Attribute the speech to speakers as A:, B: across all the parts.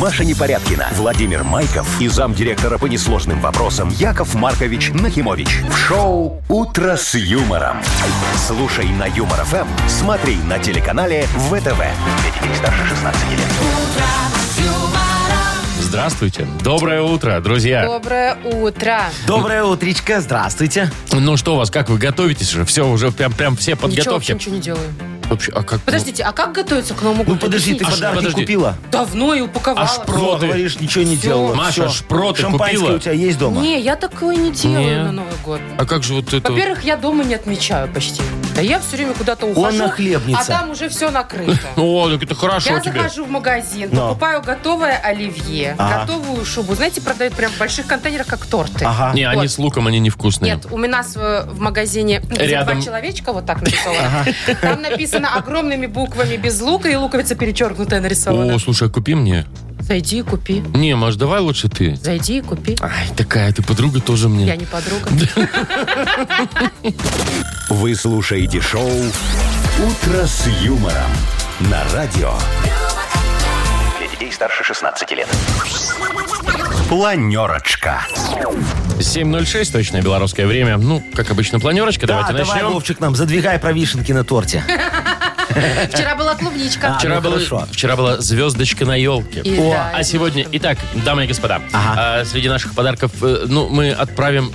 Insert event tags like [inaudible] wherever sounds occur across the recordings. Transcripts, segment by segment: A: Маша Непорядкина, Владимир Майков и замдиректора по несложным вопросам Яков Маркович Нахимович. В шоу «Утро с юмором». Слушай на Юмор ФМ, смотри на телеканале ВТВ. Для детей старше 16 лет.
B: Здравствуйте. Доброе утро, друзья.
C: Доброе утро.
D: Доброе утречко, здравствуйте.
B: Ну что у вас, как вы готовитесь же? Все, уже прям, прям все
C: Ничего,
B: подготовки.
C: вообще ничего не делаю.
B: Вообще, а как?
C: Подождите, а как готовиться к Новому году?
D: Ну подожди, ты
C: Объясните.
B: подарок
D: подарки
B: подожди.
D: купила?
C: Давно и упаковала.
B: А шпро-
D: Про,
B: Шпроты.
D: говоришь, ничего не
C: Всё.
D: делала.
B: Маша,
D: Всё.
B: шпроты
D: Шампанское
B: купила?
D: у тебя есть дома?
C: Не, я такое не делаю
B: Не.
C: на Новый год.
B: А как же вот это? вот?
C: Во-первых, я дома не отмечаю почти. Да я все время куда-то ухожу.
D: нахлебница.
C: А там уже все накрыто.
B: О, так это хорошо
C: Я
B: тебе.
C: захожу в магазин,
D: Ну, Но. А.
C: покупаю готовое оливье,
D: Ага.
C: готовую шубу. Знаете, продают прям в больших контейнерах, как торты.
D: Ага.
B: Не, они
C: Вот.
B: с луком, они невкусные.
C: Нет, у нас э, в магазине где
B: Рядом.
C: два человечка вот так нарисовано. Там написано огромными буквами без лука, и луковица перечеркнутая нарисована.
B: О, слушай, а купи мне.
C: Зайди и купи.
B: Не, Маш, давай лучше ты.
C: Зайди и купи.
B: Ай, такая ты подруга тоже
C: Я
B: мне.
C: не подруга.
A: Вы слушаете шоу «Утро с юмором» на радио. Для детей старше 16 лет. Планерочка.
B: 7.06, точное белорусское время. Ну, как обычно, планерочка.
D: Да,
B: Давайте
D: давай,
B: начнем.
D: Вовчик, нам задвигай про вишенки на
C: [laughs]
D: торте.
C: Вчера была клубничка.
D: А,
B: Вчера,
D: ну
B: была,
D: хорошо.
B: вчера была звездочка на елке.
C: И
D: О,
C: да,
B: А
C: и-
B: сегодня, итак, дамы и господа,
D: Ага.
B: а, среди наших подарков, э, ну, мы отправим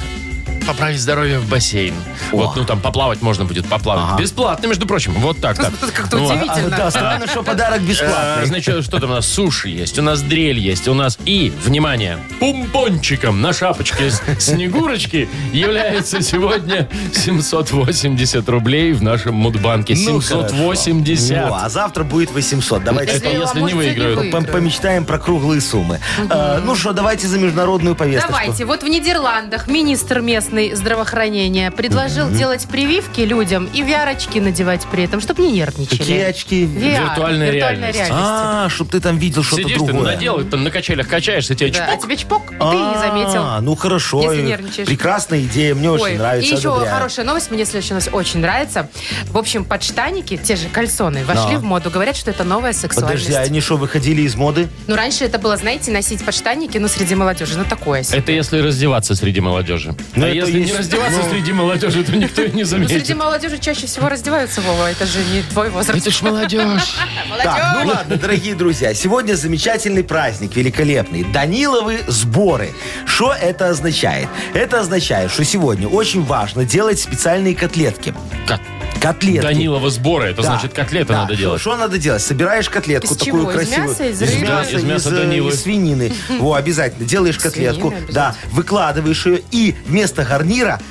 B: поправить здоровье в бассейн. Вот, ну там поплавать можно будет, поплавать. Бесплатно, между прочим, вот так так.
C: Как-то
B: Ну, а-
D: А,
C: удивительно.
D: да, странно, что подарок
B: Э, [laughs]
D: бесплатный.
B: Значит, что там у нас? Суши есть, у нас дрель есть, у нас и, внимание, пумпончиком на шапочке с- Снегурочки является сегодня 780 рублей в нашем Мудбанке.
D: Ну,
B: 780.
D: хорошо. Ну, а завтра будет 800. Давайте
B: Это если не
C: может, сегодня
B: выиграют.
D: пом- помечтаем про круглые суммы. Э, Ну что, давайте за международную повестку.
C: Давайте. Вот в Нидерландах министр местной здравоохранения предложил делать прививки людям и VR-очки надевать при этом, чтобы не нервничали.
D: Какие очки?
C: VR,
B: Виртуальная
C: виртуальная
B: реальность.
C: реальность.
D: А, чтоб ты там видел что-то
B: Сидишь ты, ну,
D: другое.
B: надел, там на качелях качаешься, тебе
C: Да, а тебе чпок, и ты и не
D: А,
C: заметил.
D: ну хорошо.
C: Если
D: И
C: нервничаешь.
D: Прекрасная идея, мне
C: Ой,
D: очень нравится.
C: и еще
D: одобряю.
C: хорошая новость, мне следующая новость очень нравится. В общем, подштаники, те же кальсоны, вошли
D: Да.
C: в моду. Говорят, что это новая сексуальность.
D: Подожди, а они что, выходили из моды?
C: Ну, раньше это было, знаете, носить подштаники, ну, среди молодежи, ну, такое себе.
B: Это если раздеваться среди молодежи.
D: Ну,
B: а
D: это
B: если не
D: если-
B: раздеваться
D: ну.
B: среди молодежи, то никто и не
C: Ну, среди
B: заметит.
C: молодежи чаще всего раздеваются, Вова, это же не твой возраст.
B: ж молодежь.
C: Молодежь!
D: Так, ну ладно, дорогие друзья, сегодня замечательный праздник, великолепный. Даниловы сборы. Что это означает? Это означает, что сегодня очень важно делать специальные котлетки.
B: Как?
D: Котлетки.
B: Данилова сборы, это
D: Да,
B: значит котлеты
D: да.
B: надо делать.
D: Что надо делать? Собираешь котлетку
C: Из
D: такую
C: чего? Из
D: красивую.
C: мяса, из рыбы?
B: Да, из мяса
D: э,
B: Данилы.
D: из свинины. Во, обязательно. Делаешь
C: Свинины
D: котлетку, да,
C: обязательно.
D: выкладываешь ее и вместо гарнира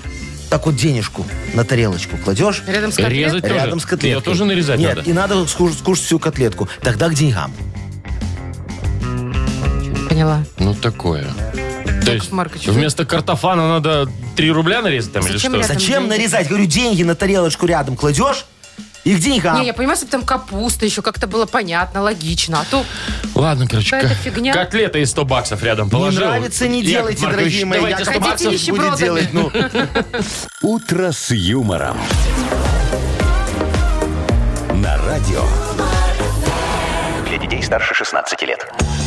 D: так вот денежку на тарелочку кладешь.
C: Рядом с котлетой.
B: Резать тоже.
D: Рядом с котлеткой.
B: Ее тоже нарезать
D: Нет,
B: надо.
D: и надо скуш- скушать всю котлетку. Тогда к деньгам.
C: Поняла.
B: Ну, такое. То есть,
C: Маркович, вы-
B: вместо картофана надо 3 рубля нарезать там или
C: Зачем
B: что?
C: я- Там
D: Зачем
C: деньги.
D: нарезать? Говорю, деньги на тарелочку рядом кладешь и к деньгам.
C: Не, я понимаю, что там капуста еще как-то было понятно, логично. А то
B: Ладно, короче,
C: Какая-то
B: ко-
C: фигня.
B: котлеты из 100 баксов рядом положил.
D: нравится, не
B: Яков
D: делайте,
B: Маркович,
D: дорогие мои.
B: Давайте
D: Яков
B: 100
C: Маркович.
B: баксов.
C: Ходите
D: будет
C: нищебродами.
D: делать, ну,
A: «Утро с юмором». На радио. Для детей старше 16 лет.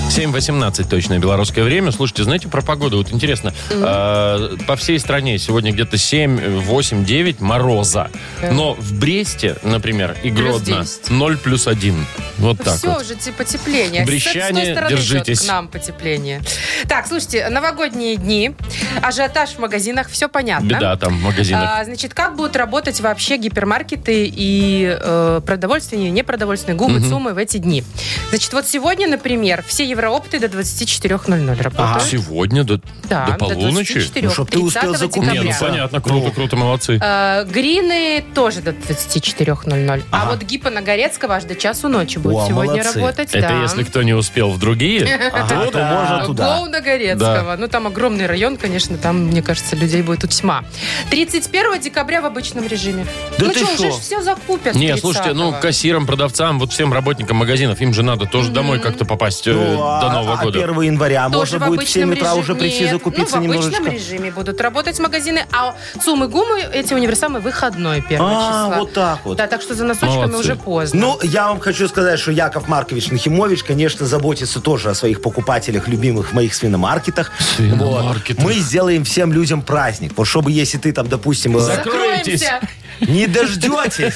B: 7.18 точное белорусское время. Слушайте, знаете про погоду? Вот интересно, э, по всей стране сегодня где-то 7, 8, 9 мороза. Но в Бресте, например, и
C: Плюс
B: Гродно
C: 10.
B: 0 плюс 1. Вот так
C: все
B: вот.
C: уже типа потепление. С-
B: Брещание,
C: с одной стороны
B: держитесь.
C: идет к нам потепление. Так, слушайте, новогодние дни, ажиотаж в магазинах, все понятно.
B: Беда там в магазинах.
C: А, значит, как будут работать вообще гипермаркеты и э, продовольственные, и непродовольственные губы, ЦУМы в эти дни? Значит, вот сегодня, например, все евроопты до 24.00 работают.
B: А, Сегодня до,
C: Да,
B: до полуночи?
C: 24,
D: Ну, чтоб ты успел
C: 30
D: закупиться.
B: Не, ну
C: декабря.
B: понятно, круто, круто, молодцы.
C: Э, Грины тоже до 24.00. А
D: Ага.
C: вот Гиппа Нагорецкого аж до часу ночи будет
D: О,
C: сегодня
D: молодцы.
C: работать.
B: Это
C: да.
B: если кто не успел в
C: [laughs]
B: другие.
D: ага, то
B: Ну да.
D: можно туда.
C: Гоу Нагорецкого.
B: Да.
C: Ну, там огромный район, конечно, там, мне кажется, людей будет тут тьма. 31 декабря в обычном режиме.
D: Да
C: ну
D: ты
C: что, уже
D: шо?
C: ж все закупят
B: Не, слушайте, ну
C: 30-го.
B: кассирам, продавцам, вот всем работникам магазинов, им же надо тоже домой как-то попасть э,
D: Ну, а
B: до Нового
D: а
B: года.
D: 1 января можно будет в 7 утра уже прийти
C: Нет.
D: закупиться
C: ну, в обычном
D: немножечко.
C: режиме будут работать магазины, а ЦУМ и ГУМы, эти универсамы, выходной первого
D: А,
C: числа.
D: вот так вот.
C: Да, так что за носочками
B: Молодцы.
C: уже поздно.
D: Ну, я вам хочу сказать, что Яков Маркович Нахимович, конечно, заботится тоже о своих покупателях, любимых в моих свиномаркетах.
B: Свиномаркетах.
D: Мы сделаем всем людям праздник. Вот чтобы, если ты там, допустим, э,
B: Зак- закройтесь.
C: Закроемся.
D: не дождетесь.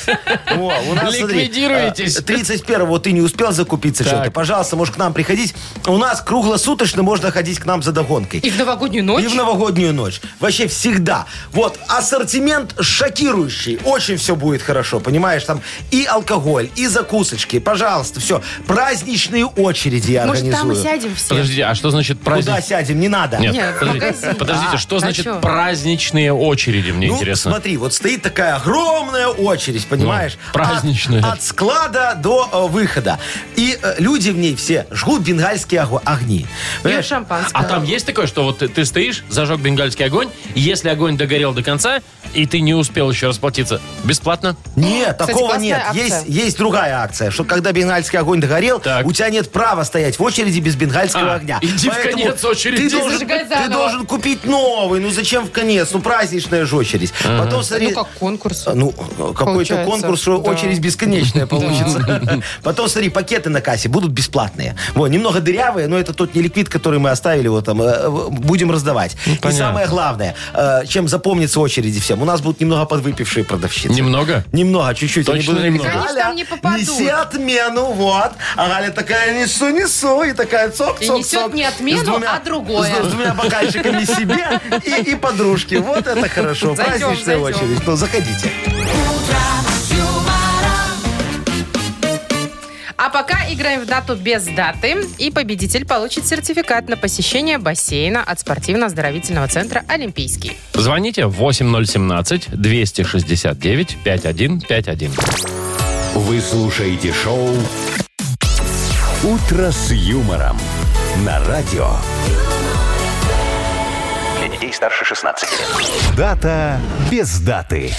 D: Во, у нас, смотри,
B: Ликвидируетесь.
D: э, 31-го ты не успел закупиться
B: Так.
D: чем-то. Пожалуйста, можешь к нам приходить. У нас круглосуточно можно ходить к нам за догонкой.
C: И в новогоднюю ночь.
D: И в новогоднюю ночь. Вообще всегда. Вот, ассортимент шокирующий. Очень все будет хорошо, понимаешь? Там и алкоголь, и закусочки. Пожалуйста, все. Праздничные очереди я
C: Может, там и
D: организую.
C: сядем все.
B: Подождите, а что значит
D: Куда
B: праздник?
D: сядем? Не надо.
B: Нет,
C: Нет, в
B: подождите,
C: магазин.
B: подождите,
C: А,
B: что
C: а
B: значит
C: чё?
B: праздничные очереди, мне
D: Ну,
B: интересно.
D: смотри, вот стоит такая огромная очередь, понимаешь?
B: Ну, праздничная.
D: От, от склада до э, выхода. И э, люди в ней все жгут бенгальские огу- огни.
C: Пьют
D: Понимаешь?
C: шампанское.
B: А там есть такое, что вот ты, ты стоишь, зажег бенгальский огонь, и если огонь догорел до конца, и ты не успел еще расплатиться, бесплатно?
D: Нет,
C: ну, Кстати,
D: такого
C: классная
D: нет.
C: акция.
D: Есть, есть другая акция, что когда бенгальский огонь догорел,
B: Так.
D: у тебя нет права стоять в очереди без бенгальского
B: А,
D: огня.
B: иди в конец очереди.
D: Ты
B: Иди
D: должен,
C: зажигать
D: ты
C: заново.
D: должен купить новый. Ну зачем в конец? Ну праздничная же очередь. Потом смотри,
C: Ну, как конкурс.
D: ну, какой-то
C: Получается,
D: конкурс, что
C: да. [laughs]
D: очередь бесконечная получится. Потом, смотри, пакеты на кассе будут бесплатные. Вот, немного дырявые, но это тот не ликвид, который мы оставили, вот там, э, э, будем раздавать. И
B: Ну, понятно.
D: самое главное, э, чем запомнится очереди всем, у нас будут немного подвыпившие продавщицы.
B: Немного?
D: Немного, чуть-чуть.
B: Точно немного?
C: Конечно,
D: «Галя,
C: там не попадут».
D: неси отмену, вот. А Галя такая, несу, несу. И такая, цок,
C: И
D: цок,
C: несет
D: цок.
C: не отмену,
D: С двумя-
C: а другое.
D: С, с двумя бокальчиками себе и, и подружке. Вот это хорошо.
C: Зайдем,
D: Праздничная
C: зайдем.
D: очередь. Ну, заходите.
C: А пока играем в дату без даты. И победитель получит сертификат на посещение бассейна от спортивно-оздоровительного центра «Олимпийский».
B: Звоните 8017-269-5151.
A: Вы слушаете шоу «Утро с юмором» на радио.
E: Для детей старше 16 лет.
A: Дата без даты.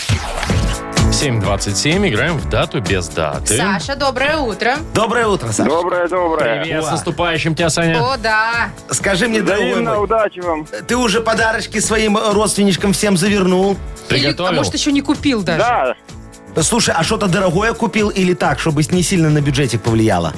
B: 7.27, играем в дату без даты.
C: Саша, доброе утро.
D: Доброе утро, Саша.
F: Доброе, доброе.
B: Привет, с наступающим тебя,
D: Э,
B: Саня.
C: О, да.
D: Скажи мне, дорогой
F: Взаимно,
D: мой,
F: удачи вам.
D: ты уже подарочки своим родственничкам всем завернул?
C: Или, а
B: Приготовил?
C: может, еще не купил даже.
F: Да,
D: Слушай, а что-то дорогое купил или так, чтобы не сильно на бюджетик повлияло?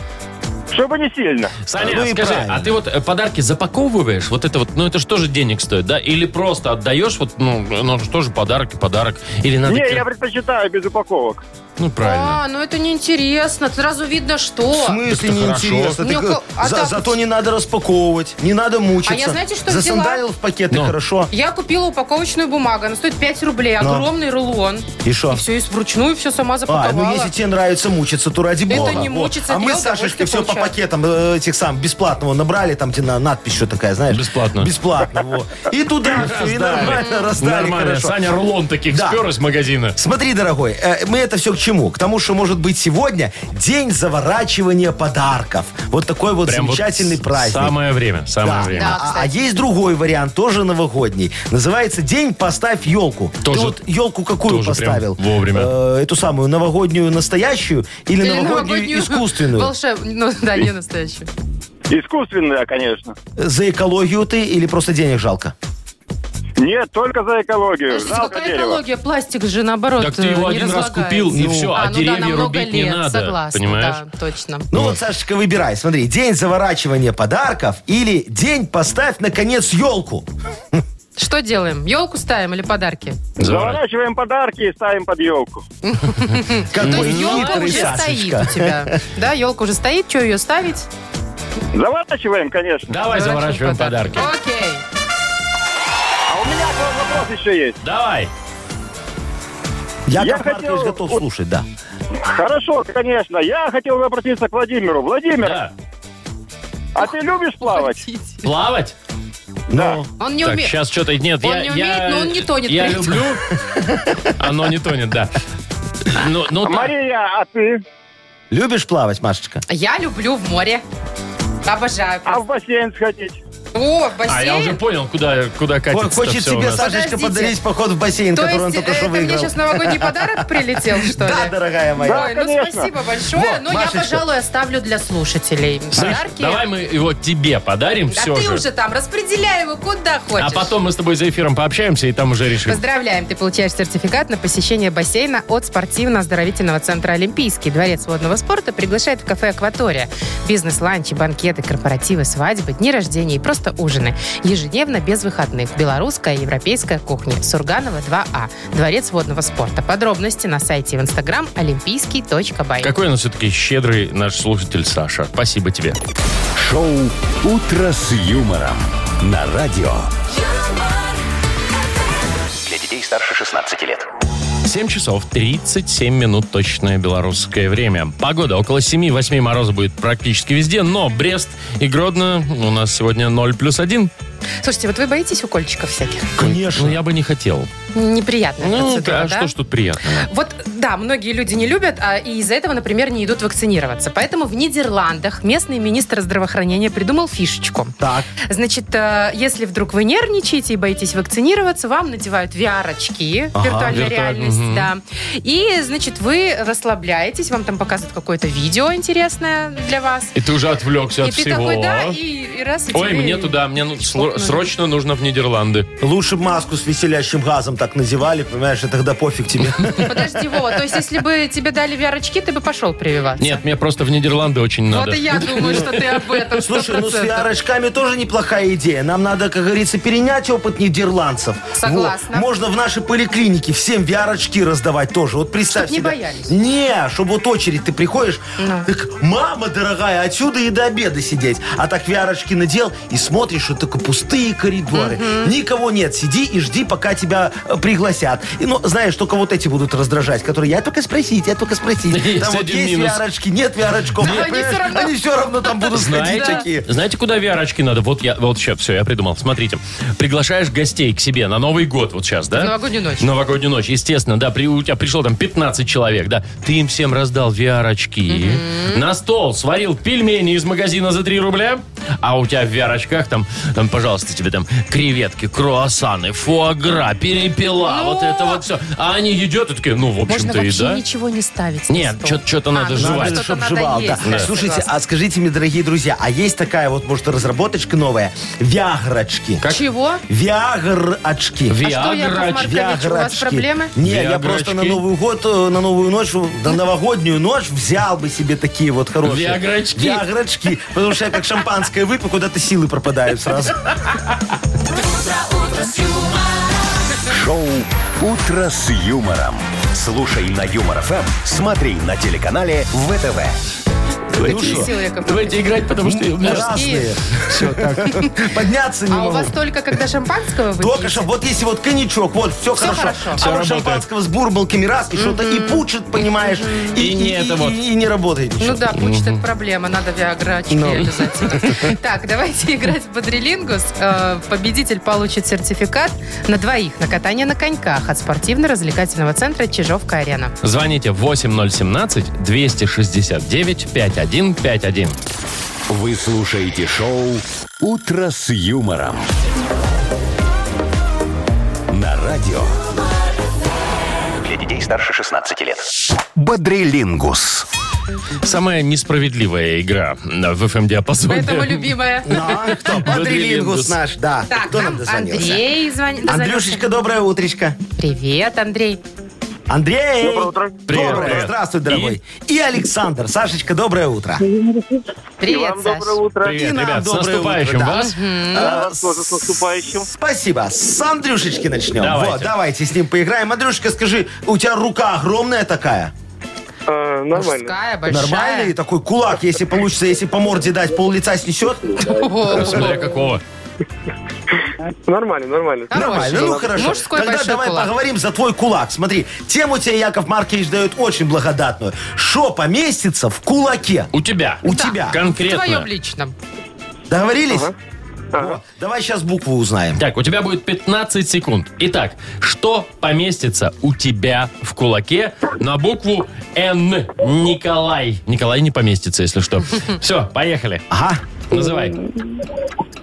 F: чтобы не сильно.
B: Саня,
D: Ну и
B: скажи,
D: правильно.
B: а ты вот э, подарки запаковываешь? Вот это вот, ну это же тоже денег стоит, да? Или просто отдаешь, вот, ну, ну что же подарок и подарок? Или надо...
F: Не,
B: к-
F: я предпочитаю без упаковок.
B: Ну правильно.
C: А, ну это неинтересно. Сразу видно, что.
D: В смысле
B: так
D: неинтересно?
C: хорошо. Ну,
D: Ты ко-
C: а
D: за-
C: так-
D: Зато не надо распаковывать, не надо мучиться.
C: А я знаете, что взяла?
D: Засандалил в пакеты,
B: Ну.
D: хорошо.
C: Я купила упаковочную бумагу. Она стоит 5 рублей.
D: Ну.
C: Огромный рулон.
D: И что?
C: И все, и вручную все сама
D: А,
C: запаковала.
D: ну если тебе нравится мучиться, то ради
C: Это
D: бога.
C: не
D: Вот.
C: мучиться,
D: а
C: это
D: мы
C: я
D: с Сашечкой
C: удовольствие
D: все по
C: получаю.
D: пакетам э, этих сам бесплатного набрали, там тебе на- надпись что такая, знаешь?
B: Бесплатно.
D: Бесплатно, вот. И
B: [laughs]
D: туда А, всё, и нормально
B: Ну,
D: раздали,
B: Нормально,
D: хорошо.
B: Саня рулон таких
D: Да.
B: спер из магазина.
D: Смотри, дорогой, э, мы это все к чему? К тому, что может быть сегодня день заворачивания подарков. Вот такой вот
B: Прям вот
D: замечательный
B: с-
D: праздник.
B: Самое время, самое
D: Да.
B: время.
C: Да.
D: А, а есть другой вариант, тоже новогодний. Называется День поставь елку.
B: Тоже-
D: Ты вот елку какую
B: тоже прям
D: поставил?
B: вовремя.
D: Э, эту самую новогоднюю настоящую или,
C: Или
D: новогоднюю, искусственную?
C: Волшеб... Ну да, не настоящую.
F: Искусственная, конечно.
D: За экологию ты или просто денег жалко?
F: Нет, только за экологию.
C: Подождите,
F: Жалко
C: какая
F: дерево.
C: экология? Пластик же, наоборот,
B: Так ты его
C: э, не
B: один раз
C: разлагается.
B: купил, и всё, а
C: ну да,
B: деревья
C: на много
B: рубить не
C: лет,
B: надо,
C: Согласна,
B: понимаешь?
C: да, точно.
D: Ну вот, Сашечка, выбирай. Смотри, день заворачивания подарков или день поставь,
C: [laughs]
D: наконец, елку.
C: Что делаем? Елку ставим или подарки?
B: Заворачивай.
F: Заворачиваем подарки и ставим под елку.
C: То
D: Какой
C: есть елка
D: хитрый
C: уже стоит
D: Сашечка.
C: у тебя. Да, елка уже стоит, что ее ставить?
F: Заворачиваем, конечно.
B: Давай заворачиваем подарки.
C: Окей.
F: А у меня к вам вопрос еще есть.
B: Давай.
D: Яков
F: Я
D: Маркович
F: хотел-
D: готов
F: вот-
D: слушать, да.
F: Хорошо, конечно. Я хотел бы обратиться к Владимиру. Владимир,
B: Да.
F: а ты любишь плавать?
B: Плавать?
D: Но
C: Он не
B: так,
C: умеет.
B: сейчас что-то нет.
C: Он
B: я,
C: не умеет,
B: я-
C: но он не тонет
B: Я
C: при этом.
B: люблю. Оно не тонет, да. Ну, ну да.
F: Мария, а ты?
D: любишь плавать, Машечка?
C: Я люблю в море. Обожаю.
F: А в бассейн сходить?
C: О, в бассейн?
B: А я уже понял, куда, куда
D: Он
B: катится
D: хочет
B: все у
D: тебе,
B: нас.
D: Сашечка,
C: Подождите.
D: подарить поход в бассейн,
C: То
D: который он
C: есть э,
D: только
C: это
D: что
C: мне
D: выиграл.
C: сейчас новогодний
B: [laughs]
C: подарок прилетел, что ли?
D: Да, дорогая моя.
C: Ой, ну
F: Конечно.
C: спасибо большое,
D: Вот,
C: но
D: Машечка.
C: я, пожалуй, оставлю для слушателей
B: Саш,
C: подарки.
B: давай мы его тебе подарим
C: а
B: все
C: ты
B: же.
C: уже там распределяй его куда хочешь.
B: А потом мы с тобой за эфиром пообщаемся и там уже решим.
C: [laughs] Поздравляем, ты получаешь сертификат на посещение бассейна от спортивно-оздоровительного центра «Олимпийский». Дворец водного спорта приглашает в кафе «Акватория». Бизнес-ланчи, банкеты, корпоративы, свадьбы, дни рождения и просто ужины. Ежедневно без выходных. Белорусская и европейская кухня. Сурганова 2А. Дворец водного спорта. Подробности на сайте и в инстаграм олимпийский.бай.
B: Какой он все-таки щедрый наш слушатель Саша. Спасибо тебе.
A: Шоу «Утро с юмором» на радио.
E: Для детей старше 16 лет.
B: 7 часов 37 минут точное белорусское время. Погода около 7-8 мороза будет практически везде, но Брест и Гродно у нас сегодня 0 плюс 1.
C: Слушайте, вот вы боитесь укольчиков всяких?
D: Конечно.
B: Ну, я бы не хотел.
C: Неприятно.
B: Ну, да, что ж тут приятного?
C: Вот, да, многие люди не любят, а, и из-за этого, например, не идут вакцинироваться. Поэтому в Нидерландах местный министр здравоохранения придумал фишечку.
D: Так.
C: Значит, э, если вдруг вы нервничаете и боитесь вакцинироваться, вам надевают VR-очки,
B: Ага,
C: виртуальная
B: виртуаль-
C: реальность,
B: мгм.
C: да. И, значит, вы расслабляетесь, вам там показывают какое-то видео интересное для вас.
B: И ты уже отвлекся
C: и
B: от
C: ты
B: всего.
C: такой, да, и, и раз и
B: Ой,
C: тебе-
B: мне туда, мне ну, сло-
C: Оп, ну.
B: срочно нужно в Нидерланды.
D: Лучше б маску с веселящим газом так надевали, понимаешь, и тогда пофиг тебе.
C: Подожди, Вова, то есть если бы тебе дали VR-очки, ты бы пошел прививаться?
B: Нет, мне просто в Нидерланды очень
C: Вот
B: надо.
C: и я думаю, что ты об этом 100%.
D: Слушай, ну с VR-очками тоже неплохая идея. Нам надо, как говорится, перенять опыт нидерландцев.
C: Согласна.
D: Вот. Можно в нашей поликлинике всем VR-очки раздавать тоже. Вот представь
C: Чтоб не
D: себе.
C: боялись.
D: Не, чтобы вот очередь ты приходишь,
C: Ну.
D: так, мама дорогая, отсюда и до обеда сидеть. А так VR-очки надел и смотришь, вот только пустые коридоры. Никого нет, сиди и жди, пока тебя э, пригласят. И, ну, знаешь, только вот эти будут раздражать, которые я только спросить, я только спросить.
B: [laughs] Есть
D: Там вот
B: один
D: есть
B: минус.
D: VR-очки, нет VR-очков.
C: Да, они
D: Понимаешь,
C: всё равно-
D: Они все равно там будут
B: Знаете,
D: сходить такие.
B: знаете, куда VR-очки надо? Вот я, вот сейчас, все, я придумал. Смотрите, приглашаешь гостей к себе на Новый год вот сейчас, да?
C: В новогоднюю ночь.
B: В Новогоднюю ночь, естественно, да. При, у тебя пришло там 15 человек, да. Ты им всем раздал VR-очки. На стол сварил пельмени из магазина за 3 рубля, а у тебя в VR-очках там, там, пожалуйста, тебе там креветки, круассаны, фуагра, перепела, вот это вот все. А они едят и такие, ну, в
C: Ну. Можно
B: общем-то, и
C: вообще
B: да.
C: ничего не ставить.
B: Нет, чё- чё-то надо жевать.
C: ну, а что
D: чтоб жевал, да.
B: да.
D: Слушайте, а скажите мне, дорогие друзья, а есть такая вот, может, разработочка новая? Вягрочки.
B: Как?
C: Чего?
D: Вягрочки.
B: Ви-
C: А что, Яков
B: Виаграчки.
C: Маркович, у вас проблемы?
D: Не, я
B: Виаграчки.
D: просто на Новый год, э, на Новую ночь, э, на новогоднюю ночь взял бы себе такие вот хорошие.
B: Виаграчки.
D: Виаграчки. Потому что я как шампанское выпью, куда-то силы пропадают сразу.
A: Шоу «Утро с юмором». Слушай на Юмор ФМ, смотри на телеканале ВТВ.
D: Ну что,
C: Силы, Яков Маркович.
B: Давайте играть, потому что... у меня
D: разные. Все так. Подняться не
C: А у вас
D: могу.
C: только когда шампанского вы
D: Только
C: пьете?
D: что, вот если вот коньячок, вот, все,
C: Всё хорошо.
B: Всё
D: А вот
B: работает.
D: шампанского с бурбалками раз, и что-то и пучит, понимаешь, и,
B: И не это вот.
D: и- и не работает ничего.
C: Ну да, пусть это проблема, надо виаграчки
D: Ну.
C: обязательно.
D: [laughs]
C: Так, давайте играть в бодрелингус. Э, Победитель получит сертификат на двоих на катание на коньках от спортивно-развлекательного центра «Чижовка-арена».
B: Звоните 8017-269-5151.
A: Вы слушаете шоу «Утро с юмором». На радио
E: Для детей старше 16 лет.
A: «Бодрилингус».
B: Самая несправедливая игра э, в FM-диапазоне.
C: Поэтому любимая.
D: Ну, а кто? Бодрилингус
B: Бодрилингус.
D: наш, да.
C: Так,
D: Кто нам
C: нам
D: дозвонился?
C: Андрей звонит.
D: Андрюшечка, доброе утречко.
C: Привет, Андрей.
D: Андрей!
F: Доброе утро.
B: Привет.
D: Доброе, здравствуй, дорогой. И, Александр. Сашечка, доброе утро.
F: И
C: Привет,
F: вам
C: Саш.
F: доброе утро.
B: [laughs] Привет,
D: И нам
B: ребят, с
D: доброе
B: наступающим
D: утро, да.
B: вас.
D: А,
F: Вас тоже с наступающим.
D: Спасибо. С Андрюшечки начнем.
B: Давайте.
D: Вот, давайте с ним поиграем. Андрюшечка, скажи, у тебя рука огромная такая?
F: Э, нормально.
C: Мужская, большая.
D: Нормально? И такой кулак, если получится, если по морде дать, пол лица снесет?
C: О,
B: Смотря какого.
F: Нормально, нормально.
C: Хороший.
D: Нормально, ну хорошо.
C: Мужской
D: Тогда
C: большой
D: давай
C: кулак.
D: поговорим за твой кулак. Смотри, тему тебе Яков Маркович дает очень благодатную. Шо поместится в кулаке?
B: У тебя.
D: У тебя.
C: В твоем
B: Конкретно.
C: личном.
D: Договорились?
F: Ага.
D: О, давай сейчас букву узнаем.
B: Так, у тебя будет 15 секунд. Итак, что поместится у тебя в кулаке на букву Н? Николай. [laughs]
D: А.
B: Николай не поместится, если что. Все, поехали.
D: Ага.
B: Называй.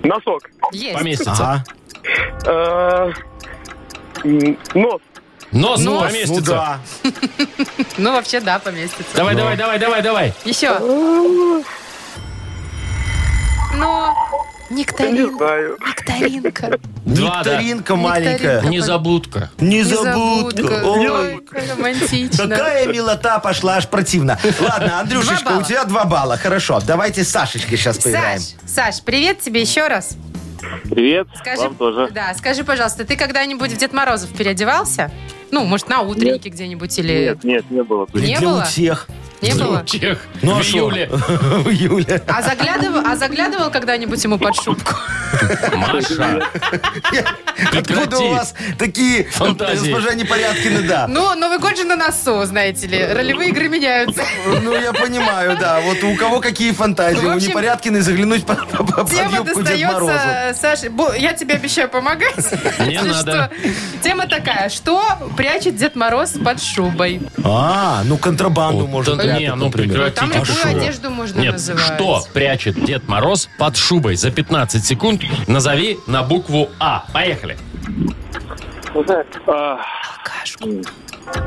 F: Носок.
C: Есть.
B: Поместится.
F: Э, м, Нос.
B: Нос,
D: Ну,
B: поместится.
D: ну да.
C: Ну, вообще, да, поместится.
B: Давай, давай, давай, давай, давай.
C: Еще. Но
F: Не
C: нектаринка.
F: знаю.
D: [laughs]
C: Нектаринка.
B: Два, да.
D: Викторинка маленькая.
B: Незабудка.
D: Незабудка.
C: Ой,
D: Ой,
C: как романтично.
D: Какая милота пошла, аж противно. Ладно, Андрюшечка,
C: балла.
D: у тебя два балла. Хорошо, давайте с Сашечкой сейчас поиграем.
C: Саш, Саш, привет тебе еще раз.
F: Привет.
C: Скажи,
F: Вам тоже.
C: Да, скажи, пожалуйста, ты когда-нибудь в Дед Морозов переодевался? Ну, может, на утреннике где-нибудь или...
F: Нет, нет, не было.
C: Не
D: Где
C: было?
D: у тех?
C: Не было?
B: Чех.
D: Ну, а
B: в
D: шо?
B: июле.
D: [laughs] В июле.
C: А заглядывал, а заглядывал когда-нибудь ему под шубку?
B: [laughs]
D: [laughs]
B: Маша.
D: Откуда у вас такие
B: Фантазии.
D: госпожа Непорядкина, да?
C: Ну, Новый год же на носу, знаете ли. Ролевые игры меняются.
D: Ну, я понимаю, да. Вот у кого какие фантазии.
C: Ну, в
D: У
C: общем,
D: Непорядкиной заглянуть под под- под
C: Тема
D: юбку Дед Морозу.
C: достается Саше. Бу- Я тебе обещаю помогать. [laughs]
B: Не
C: Если
B: надо.
C: что. Тема такая. Что прячет Дед Мороз под шубой?
D: А, ну контрабанду
B: Вот
D: можно
B: это не,
D: прятать,
B: ну
D: например.
B: прекратите.
C: Там любую
B: что?
C: одежду можно
B: Нет,
C: называть.
B: что прячет Дед Мороз под шубой? За 15 секунд назови на букву А. Поехали.
F: А,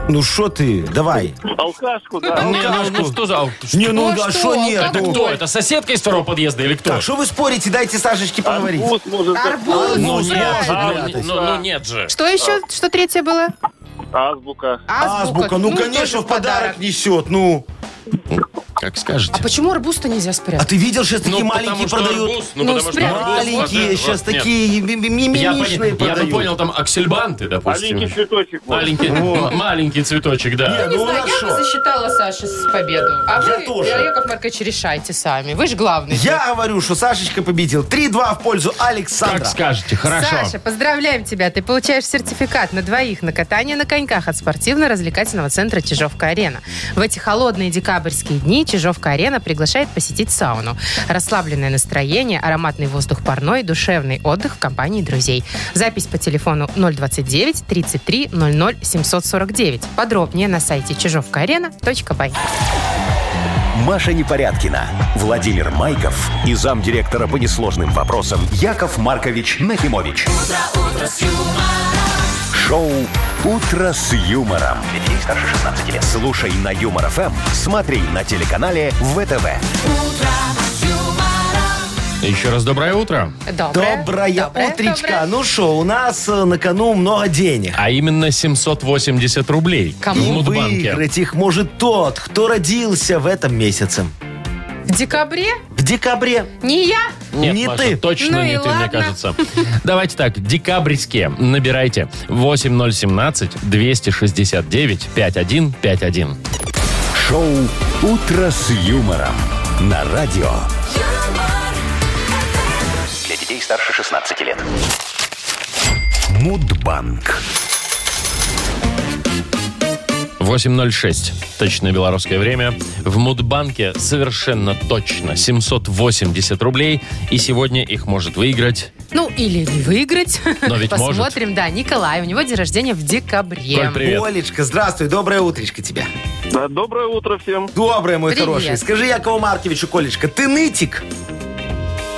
D: Ну что ты, давай.
F: Алкашку,
D: А
F: да.
B: Не, ну, ну что за...
D: Не,
C: Ну
D: ну а
C: что,
D: что нет?
C: как
D: ну?
B: Кто? Это соседка из второго подъезда или кто?
D: Так, что вы спорите? Дайте Сашечке поговорить.
F: Арбуз, может,
C: Арбуз.
B: Ну,
D: Ну,
B: не
D: нет,
B: может, ну,
D: прятать.
B: ну, ну, нет же.
C: Что еще? Что третье было?
F: азбука.
D: Азбука, ну, конечно,
C: тоже
D: в подарок несет, ну.
B: Как скажете.
C: А почему арбуз-то нельзя
D: А
C: спрятать?
D: ты видел, сейчас такие
B: Ну, потому
D: маленькие
B: что
D: продают.
B: арбуз, ну,
C: Ну,
B: потому что
C: спрятать.
B: арбуз, вот
D: Маленькие,
B: это
D: сейчас
B: вот, нет.
D: такие ми- ми- ми-
B: Я,
D: мимимишные
B: поня- я бы
D: продают.
B: понял, там аксельбанты,
F: Маленький
B: допустим.
F: цветочек. вот.
B: Маленький, м- маленький цветочек, да.
D: Не,
C: Не
D: ну
C: знаю, я бы
D: хорошо.
C: засчитала Саше с победу. А
D: Я
C: вы,
D: тоже.
C: Яков Маркович, решайте сами. Вы же главный.
D: Я говорю, что Сашечка победил. 3-2 в пользу
B: Как
D: Александра.
B: скажете, хорошо.
C: Саша, поздравляем тебя. Ты получаешь сертификат на двоих на катание на коньках от спортивно-развлекательного центра «Чижовка-арена». В эти холодные декабрьские дни «Чижовка-арена» приглашает посетить сауну. Расслабленное настроение, ароматный воздух парной, душевный отдых в компании друзей. Запись по телефону 029 33 00 749. Подробнее на сайте чижовкаарена.бай.
A: Маша Непорядкина, Владимир Майков и замдиректора по несложным вопросам Яков Маркович Нахимович. Шоу Утро с юмором. Для детей старше 16 лет. Слушай на юмор ФМ, смотри на телеканале ВТВ.
B: Еще раз доброе утро.
C: Доброе,
D: Доброе
C: доброе,
D: утречко.
C: доброе.
D: Ну что, у нас э, на кону много денег.
B: А именно 780 рублей
C: Кому?
B: в
D: И
B: Мудбанке.
D: выиграть их может тот, кто родился в этом месяце.
C: В декабре?
D: В декабре.
C: Не я?
B: Нет,
D: Не
B: Маша,
D: ты.
B: точно
C: Ну и
B: не ты, мне
C: ладно.
B: кажется. Давайте так, декабрьские набирайте 8017-269-5151.
A: Шоу Утро с юмором на радио.
E: Для детей старше 16 лет.
A: Мудбанк.
B: 8.06. Точное белорусское время. В Мудбанке совершенно точно 780 рублей. И сегодня их может выиграть.
C: Ну, или не выиграть.
B: Но
C: [laughs]
B: ведь может.
C: Посмотрим, да, Николай, у него день рождения в декабре.
B: Коль, привет.
D: Олечка, здравствуй, доброе утречко тебе.
F: Да, доброе утро всем.
D: Доброе, мой
C: Привет.
D: хороший. Скажи Якову Марковичу, Колечка, ты нытик?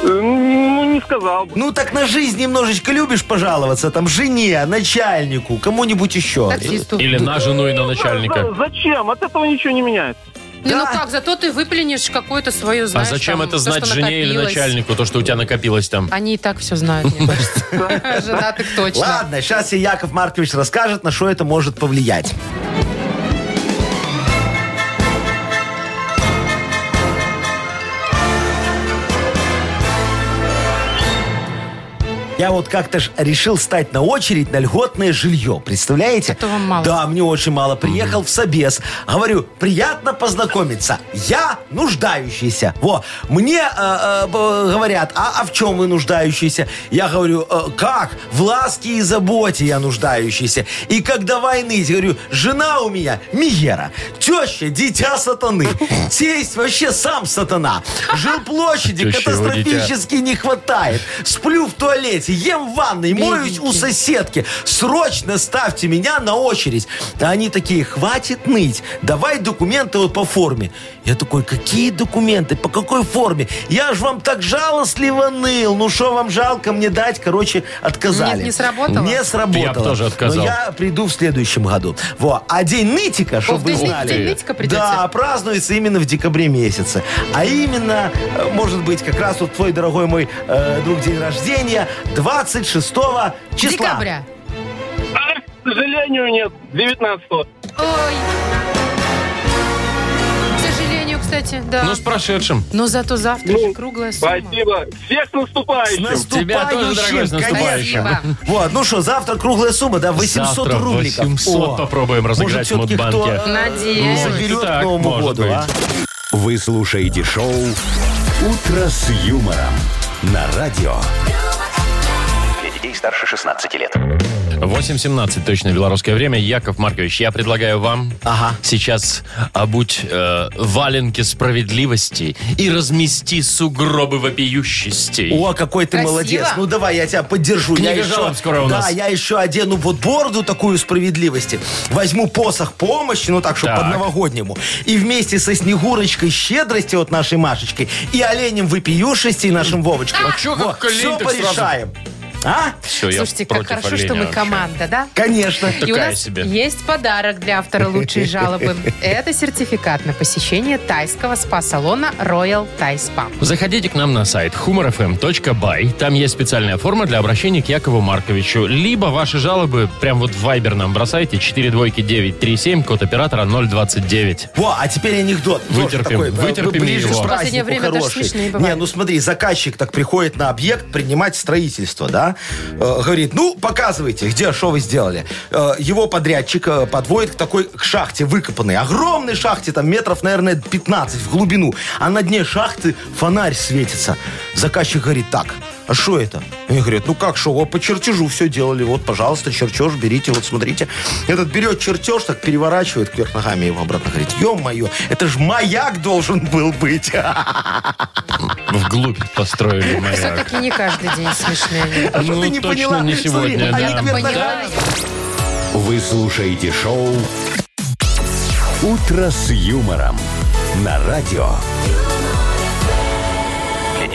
F: Э, Ну, не сказал бы.
D: Ну так на жизнь немножечко любишь пожаловаться? Там жене, начальнику, кому-нибудь еще.
C: Таксисту.
B: Или на жену и на
F: За-
B: начальника.
F: Зачем? От этого ничего не меняется.
C: Не, ну
D: Да.
C: как, зато ты выплюнешь какое-то свое,
B: А
C: знаешь,
B: зачем
C: там,
B: это
C: то,
B: знать
C: что
B: жене или
C: накопилось.
B: начальнику, то, что у тебя накопилось там?
C: Они и так все знают, мне
D: [laughs]
C: кажется. Женатых точно.
D: Ладно, сейчас и Яков Маркович расскажет, на что это может повлиять. Я вот как-то ж решил стать на очередь на льготное жилье. Представляете?
C: Это вам мало.
D: Да, мне очень мало. Приехал в Собес. Говорю, приятно познакомиться. Я нуждающийся. Во, мне э, э, б- говорят, а, а в чем вы нуждающийся? Я говорю, «Э, как? В ласке и заботе я нуждающийся. И как до войны, говорю, жена у меня Миера, теща, дитя сатаны, тесть вообще
B: [laughs]
D: сам сатана. Жил площади
B: Теща его дитя.
D: катастрофически не хватает. Сплю в туалете. кровати, ем в ванной, моюсь у соседки. Срочно ставьте меня на очередь. А они такие, хватит ныть, давай документы вот по форме. Я такой, какие документы, по какой форме? Я же вам так жалостливо ныл, ну что вам жалко мне дать? Короче, отказали.
C: Не- не сработало?
D: Не сработало.
B: Я б тоже отказал.
D: Но я приду в следующем году. Во. А день нытика, чтобы вы
C: день
D: знали.
C: ныть- день нытика придете?
D: Да, празднуется именно в декабре месяце. А именно, э, может быть, как раз вот твой, дорогой мой э, друг, день рождения, 26 числа.
C: Декабря.
F: А, к сожалению, нет. 19-го.
C: Ой. К сожалению, кстати, да.
B: Ну, с прошедшим.
C: Но зато
G: ну,
C: завтра же круглая сумма.
F: Ну, Спасибо. Всех с
D: С
F: наступающим.
B: Тебя тоже, дорогой, с
D: наступающим,
B: наступающим.
D: конечно. Вот, ну что, завтра круглая сумма, да, 800
B: Завтра
D: рубликов.
B: 800 попробуем разыграть в
D: все-таки
B: Мудбанке.
D: кто, э,
C: Надеюсь.
D: заберет
B: Может, и
D: к
B: так,
D: Новому
B: может
D: году,
B: быть.
D: а?
A: Вы слушаете шоу «Утро с юмором» на радио.
E: Для детей старше 16 лет.
B: 8.17 точно белорусское время. Яков Маркович, я предлагаю вам
D: Ага.
B: сейчас обуть э, валенки справедливости и размести сугробы вопиющести.
D: О, какой ты
C: Красиво.
D: молодец. Ну давай, я тебя поддержу.
B: Книга
D: я еще,
B: жалоб скоро у
D: да,
B: нас.
D: я еще одену вот бороду такую справедливости. Возьму посох помощи, ну так, чтобы
B: Так.
D: под новогоднему. И вместе со Снегурочкой щедрости вот нашей Машечкой и оленем выпиющестей нашим Вовочкой.
B: А чё как
D: Вот,
B: олень
D: Все
B: так сразу?
D: порешаем. А?
B: Все,
C: Слушайте, как хорошо, что мы команда, да?
D: Конечно.
C: И у
B: Такая
C: нас
B: себе.
C: есть подарок для автора
B: [laughs]
C: лучшей жалобы. Это сертификат на посещение тайского спа-салона Royal Thai Spa.
B: Заходите к нам на сайт humorfm.by. Там есть специальная форма для обращения к Якову Марковичу. Либо ваши жалобы прям вот в Viber нам бросайте. 4 двойки 937, код оператора 029.
D: Во, а теперь анекдот. Тоже
B: Вытерпим,
D: э,
B: вытерпим
D: ближе
B: его.
D: к
B: В
C: последнее
D: празднику
C: время даже
D: хороший.
C: смешные
D: Не,
C: бывают.
D: ну смотри, заказчик так приходит на объект принимать строительство, да? Э, говорит, ну, показывайте, где, что вы сделали. Э, его подрядчик э, подводит к такой к шахте выкопанной. Огромной шахте, там метров, наверное, 15 в глубину. А на дне шахты фонарь светится. Заказчик говорит, так, а что это? Они говорят, ну как, что, вот по чертежу все делали, вот, пожалуйста, чертеж, берите, вот смотрите. Этот берет чертеж, так переворачивает кверх ногами его обратно, говорит, ё-моё, это же маяк должен был быть. а!»
B: Вглубь построили маяк.
C: Все-таки не каждый день смешные.
B: [laughs]
C: анекдоты.
D: А что
B: Ну,
D: ты не
B: точно
D: поняла?
B: не
D: Смотри,
B: сегодня,
D: они
B: да.
D: кверх
C: Поняла.
D: ногами.
A: Вы слушаете шоу «Утро с юмором» на радио.
E: Для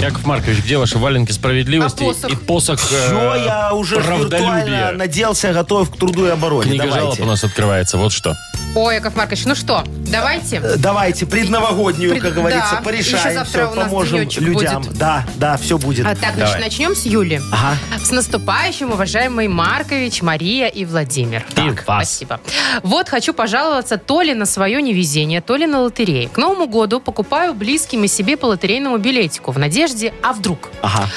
B: Яков Маркович, где ваши валенки справедливости
C: А посох?
B: и посох э,
D: Все, я уже ж
B: правдолюбия?
D: виртуально наделся, готов к труду и обороне.
B: Книга жалоб у
D: Давайте.
B: нас открывается, вот что.
C: Ой, Яков Маркович, ну что, давайте.
D: Э, Давайте, предновогоднюю,
C: Пред-
D: как говорится,
C: да. Еще
D: порешаем
C: завтра
D: все,
C: у нас
D: поможем
C: денечек
D: людям.
C: будет.
D: Да, да, все будет.
C: А так,
B: Э, Давай.
C: значит, начнем с Юли.
D: Ага.
C: С наступающим, уважаемый Маркович, Мария и Владимир. Так,
B: вас.
C: спасибо. Вот хочу пожаловаться то ли на свое невезение, то ли на лотереи. К Новому году покупаю близким и себе по лотерейному билетику в надежде, а вдруг?
D: Ага.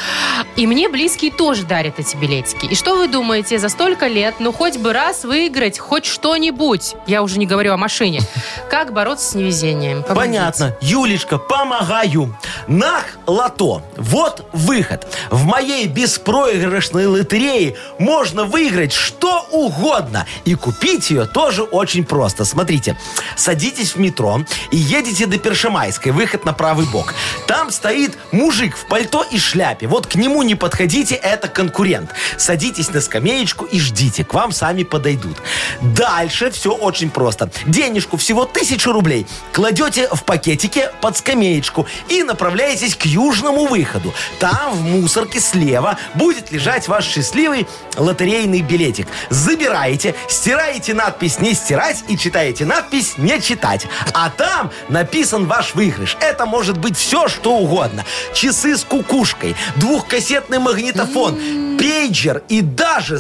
C: И мне близкие тоже дарят эти билетики. И что вы думаете, за столько лет, ну хоть бы раз выиграть хоть что-нибудь? Я уже не говорю о машине. Как бороться с невезением? Помогите.
D: Понятно. Юлечка, помогаю. Нах лото. Вот выход. В моей беспроигрышной лотерее можно выиграть что угодно. И купить ее тоже очень просто. Смотрите. Садитесь в метро и едете до Першемайской. Выход на правый бок. Там стоит мужик в пальто и шляпе. Вот к нему не подходите, это конкурент. Садитесь на скамеечку и ждите. К вам сами подойдут. Дальше все очень просто. Денежку всего тысячу рублей кладете в пакетике под скамеечку и направляетесь к южному выходу. Там в мусорке слева будет лежать ваш счастливый лотерейный билетик. Забираете, стираете надпись «Не стирать» и читаете надпись «Не читать». А там написан ваш выигрыш. Это может быть все, что угодно. Часы с кукушкой, двухкассетный магнитофон, пейджер и даже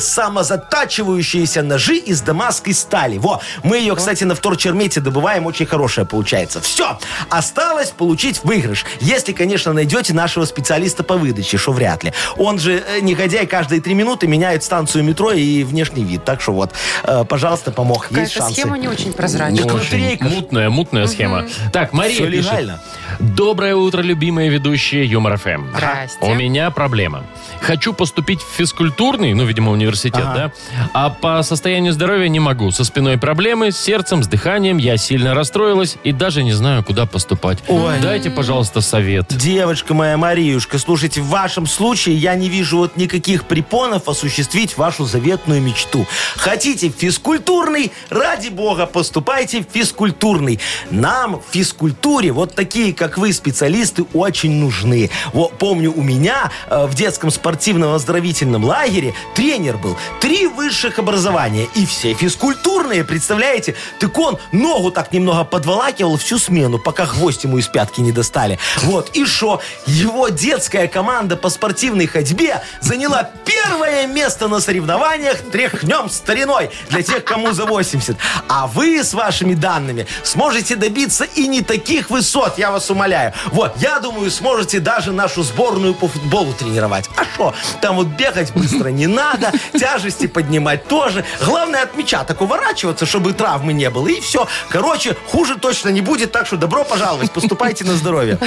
D: самозатачивающиеся ножи из дамасской стали. Во, мы ее, кстати, на вторчермете добываем, очень хорошая получается. Все, осталось получить выигрыш. Если, конечно, найдете нашего специалиста по выдаче, что вряд ли. Он же э, негодяй каждые три минуты меняет станцию метро и внешний вид. Так что вот, э, пожалуйста, помог.
C: Какая-то
D: Есть шансы. Ну,
C: схема не очень
B: Не
C: прозрачная.
D: Так
B: очень.
D: лотерейка ж.
B: мутная, мутная схема. Так, Мария
D: Всё
B: пишет.
D: легально.
B: Доброе утро, любимые ведущие Юмор ФМ.
C: Здрасте.
B: У меня проблема. Хочу поступить в физкультурный, ну, видимо, университет, да? А по состоянию здоровья не могу. Со спиной проблемы, с сердцем, с дыханием я сильно сильно расстроилась и даже не знаю, куда поступать. Дайте, пожалуйста, совет.
D: Девочка моя Мариюшка, слушайте, в вашем случае я не вижу вот никаких препонов осуществить вашу заветную мечту. Хотите физкультурный? Ради бога, поступайте в физкультурный. Нам в физкультуре вот такие, как вы, специалисты, очень нужны. Во, помню, у меня э, в детском спортивном оздоровительном лагере тренер был. Три высших образования и все физкультурные, представляете? Так он ногу так немного подволакивал всю смену, пока гвоздь ему из пятки не достали. Вот, и шо? Его детская команда по спортивной ходьбе заняла первое место на соревнованиях «Тряхнем стариной» для тех, кому за 80. А вы с вашими данными сможете добиться и не таких высот, я вас умоляю. Вот, я думаю, сможете даже нашу сборную по футболу тренировать. А что? Там вот бегать быстро не надо, тяжести поднимать тоже. Главное от мяча так уворачиваться, чтобы травмы не было. И все. Короче, хуже точно не будет, так что добро пожаловать, поступайте на здоровье.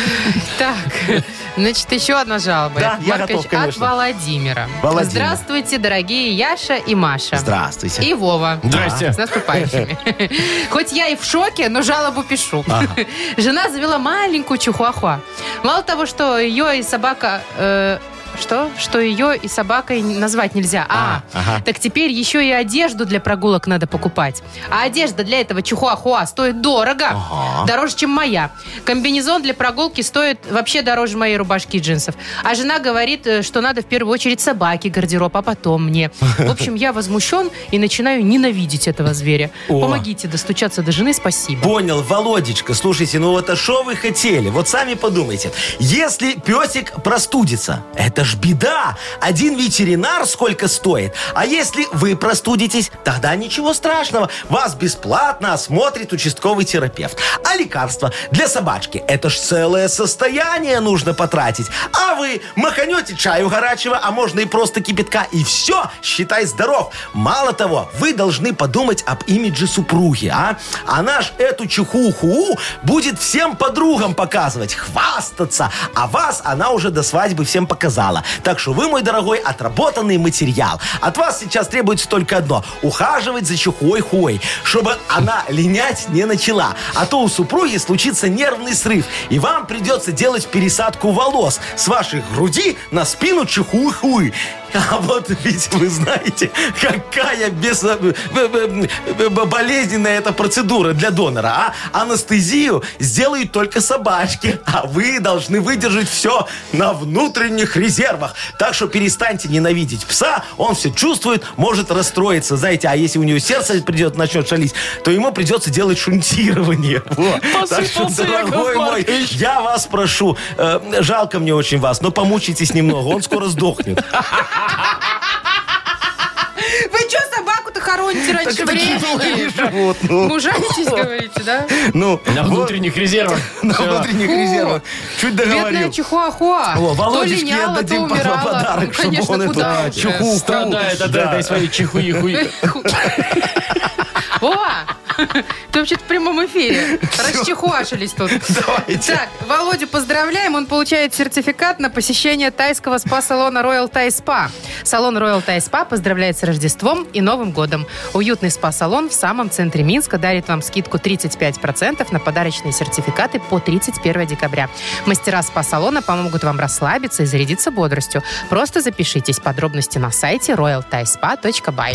C: Так, [laughs] значит, еще одна жалоба.
D: Да,
C: Яков
D: я
C: Маркович,
D: готов, конечно.
C: От Владимира.
D: Владимир.
C: Здравствуйте, дорогие Яша и Маша.
D: Здравствуйте.
C: И Вова.
B: Здрасте.
C: С наступающими. Хоть я и в шоке, но жалобу пишу. [laughs] Жена завела маленькую чихуахуа. Мало того, что ее и собака... э, что? Что ее и собакой назвать нельзя. А, так теперь еще и одежду для прогулок надо покупать. А одежда для этого чихуахуа стоит дорого. Дороже, чем моя. Комбинезон для прогулки стоит вообще дороже моей рубашки и джинсов. А жена говорит, э, что надо в первую очередь собаке гардероб, а потом мне. В общем, я возмущен и начинаю ненавидеть этого зверя.
D: О.
C: Помогите достучаться до жены, спасибо.
D: Понял, Володечка, слушайте, ну вот а что вы хотели? Вот сами подумайте. Если песик простудится, это ж беда. Один ветеринар сколько стоит. А если вы простудитесь, тогда ничего страшного. Вас бесплатно осмотрит участковый терапевт. А лекарства для собачки, это ж целое состояние нужно потратить. А вы маханете чаю горячего, а можно и просто кипятка, и все, считай здоров. Мало того, вы должны подумать об имидже супруги, а? Она ж эту чехуху будет всем подругам показывать, хвастаться, а вас она уже до свадьбы всем показала. Так что вы, мой дорогой, отработанный материал. От вас сейчас требуется только одно – ухаживать за чехуой хуей, чтобы она [laughs] линять не начала. А то у супруги случится нервный срыв, и вам придется делать пересадку волос с вашей груди на спину чехуй хуи. [laughs] А вот ведь вы знаете, какая э, бес... б- б- б- э, болезненная эта процедура для донора, а? Анестезию сделают только собачки, а вы должны выдержать все на внутренних резервах. Так что перестаньте ненавидеть пса, он все чувствует, может расстроиться, знаете, а если у него сердце придет, начнет шалить, то ему придется
B: [laughs]
D: делать шунтирование. Во. Так что,
B: Посыпался Яков
D: дорогой мой,
B: Маркович.
D: я вас прошу, э, жалко мне очень вас, но помучитесь немного, он
B: [laughs]
D: скоро сдохнет.
C: Вы что, собаку-то хороните раньше времени?
D: живут. Ну,
C: Мужайтесь, говорите, да?
D: ну,
B: На
D: вот,
B: внутренних резервах.
D: [laughs] на
B: Всё.
D: внутренних
C: Фу.
D: резервах. Чуть
C: Бедная
D: договорил.
C: чихуахуа.
D: О,
C: То
D: Володечке
C: линяла, то
D: отдадим по-
C: умирала.
D: подарок,
C: Ну,
D: чтобы
C: конечно,
D: он
C: куда
D: эту
C: уже.
D: чехуху
B: Э, Страдает от
D: Да.
B: этой своей чихуи
C: Вова, ты вообще-то в прямом эфире. Расчехуашились тут.
D: Давайте.
C: Так, Володю поздравляем. Он получает сертификат на посещение тайского спа-салона Royal Thai Spa. Салон Royal Thai Spa поздравляет с Рождеством и Новым годом. Уютный спа-салон в самом центре Минска дарит вам скидку 35% на подарочные сертификаты по 31 декабря. Мастера спа-салона помогут вам расслабиться и зарядиться бодростью. Просто запишитесь. Подробности на сайте royalthaispa.by.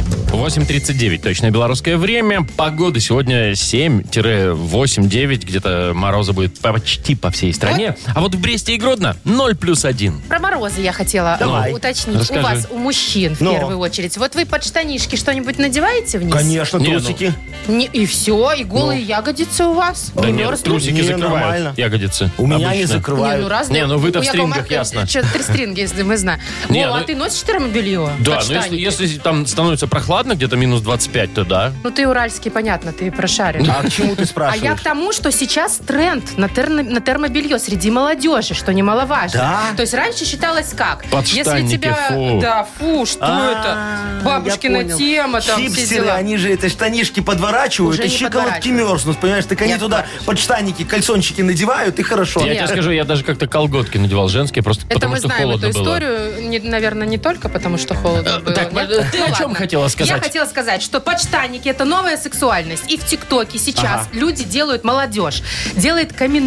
B: 8.39, точное белорусское время. Погода сегодня 7-8-9, где-то мороза будет почти по всей стране. А вот в Бресте и Гродно 0 плюс 1.
C: Про морозы я хотела э,
D: Давай.
C: уточнить.
B: Расскажи.
C: У вас, у мужчин, в
D: Ну.
C: первую очередь. Вот вы под штанишки что-нибудь надеваете вниз?
D: Конечно, Ну.
B: Не, ну,
D: трусики.
C: Не- и все, и голые ягодицы у вас?
B: Да
C: Не
B: нет,
C: мерзнут?
B: трусики
D: Не,
B: закрывают
D: нормально.
B: ягодицы.
D: У меня не
B: обычно.
C: Не, ну
D: закрывают.
C: разные.
B: Не, ну вы-то
C: У
B: в
C: Якова
B: стрингах,
C: Марковича [laughs]
B: ясно.
C: чё-то три стринга, если мы знаем.
B: Не,
C: Вова,
B: ну-
C: а ты носишь термобелье?
B: Да,
C: Под
B: но если,
C: штаники?
B: если там становится прохладно, где-то минус 25, то да.
C: Ну ты уральский, понятно, ты прошарен.
D: А к чему
C: А
D: ты
C: я к
D: спрашиваешь?
C: тому, что сейчас тренд на, терно- на термобелье среди молодежи, что немаловажно.
D: Да?
C: То есть раньше считалось ощущалось как? Если
B: Подштанники,
C: тебя...
B: фу.
C: Да, фу, что
D: А,
C: это?
D: я
C: Бабушкина
D: понял.
C: тема, там все
D: Хипстеры,
C: дела.
D: они же это штанишки подворачивают,
C: Уже
D: и
C: не
D: щиколотки
C: подворачивают.
D: мерзнут, понимаешь? Так они
C: Яков
D: туда
C: Маркович.
D: под штаники, кальсончики надевают, и хорошо.
B: Я тебе скажу, я даже как-то колготки надевал женские, просто
C: Это
B: потому
C: мы
B: что
C: знаем
B: холодно
C: эту
B: было.
C: историю, Не- наверное, не только потому, что холодно было.
B: так,
C: Нет?
B: э, ты
C: Ну
B: о чем
C: ладно.
B: хотела сказать?
C: Я хотела сказать, что подштанники – это новая сексуальность. И в ТикТоке сейчас люди делают, молодежь, делает камин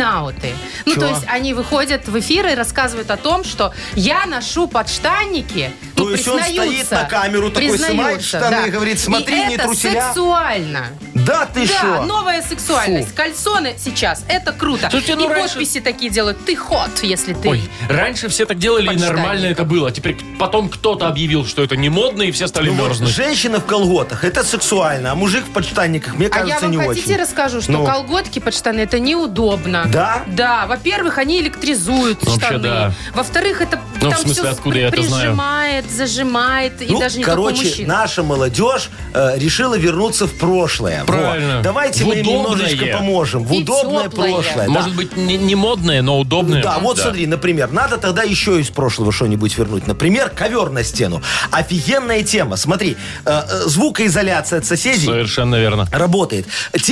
C: Ну, то есть они выходят в эфир и рассказывают о том, что я ношу подштанники,
D: То
C: ну,
D: есть он стоит
C: признаются,
D: на камеру такой,
C: признаются,
D: снимает штаны
C: да.
D: и говорит, «Смотри, не
C: это
D: труселя».
C: сексуально.
D: Да ты
C: да,
D: что?
C: новая сексуальность. Кальсоны сейчас, это круто.
B: Слушайте, ну,
C: и
B: раньше-
C: подписи такие делают. Ты ход, если ты...
B: Ой, раньше все так делали, и
C: Подштанник.
B: нормально это было. А Теперь потом кто-то объявил, что это не модно, и все стали
D: Ну вот,
B: мерзнуть.
D: женщина в колготах, это сексуально, а мужик в подштанниках, мне
C: А я
D: кажется,
C: вам
D: не
C: хотите
D: очень.
C: расскажу, что
D: Ну.
C: колготки под штаны это неудобно.
D: Да?
C: Да. Во-первых, они электризуют
B: Вообще,
C: штаны.
B: да.
C: Во-вторых, это
B: Ну,
C: там
B: в смысле,
C: все
B: откуда я это знаю?
C: прижимает, зажимает, и
D: ну,
C: даже не только у
D: короче,
C: мужчин.
D: наша молодежь э, решила вернуться в прошлое. Во.
B: Правильно.
D: Давайте
B: В
D: мы им немножечко
B: удобное.
D: поможем. В
C: И
D: удобное
C: теплое.
D: прошлое. да.
B: Может быть, не, не модное, но удобное.
D: Да, вот смотри, например, надо тогда еще из прошлого что-нибудь вернуть. Например, ковер на стену. Офигенная тема. Смотри, э, э, звукоизоляция от соседей.
B: Совершенно верно.
D: Работает.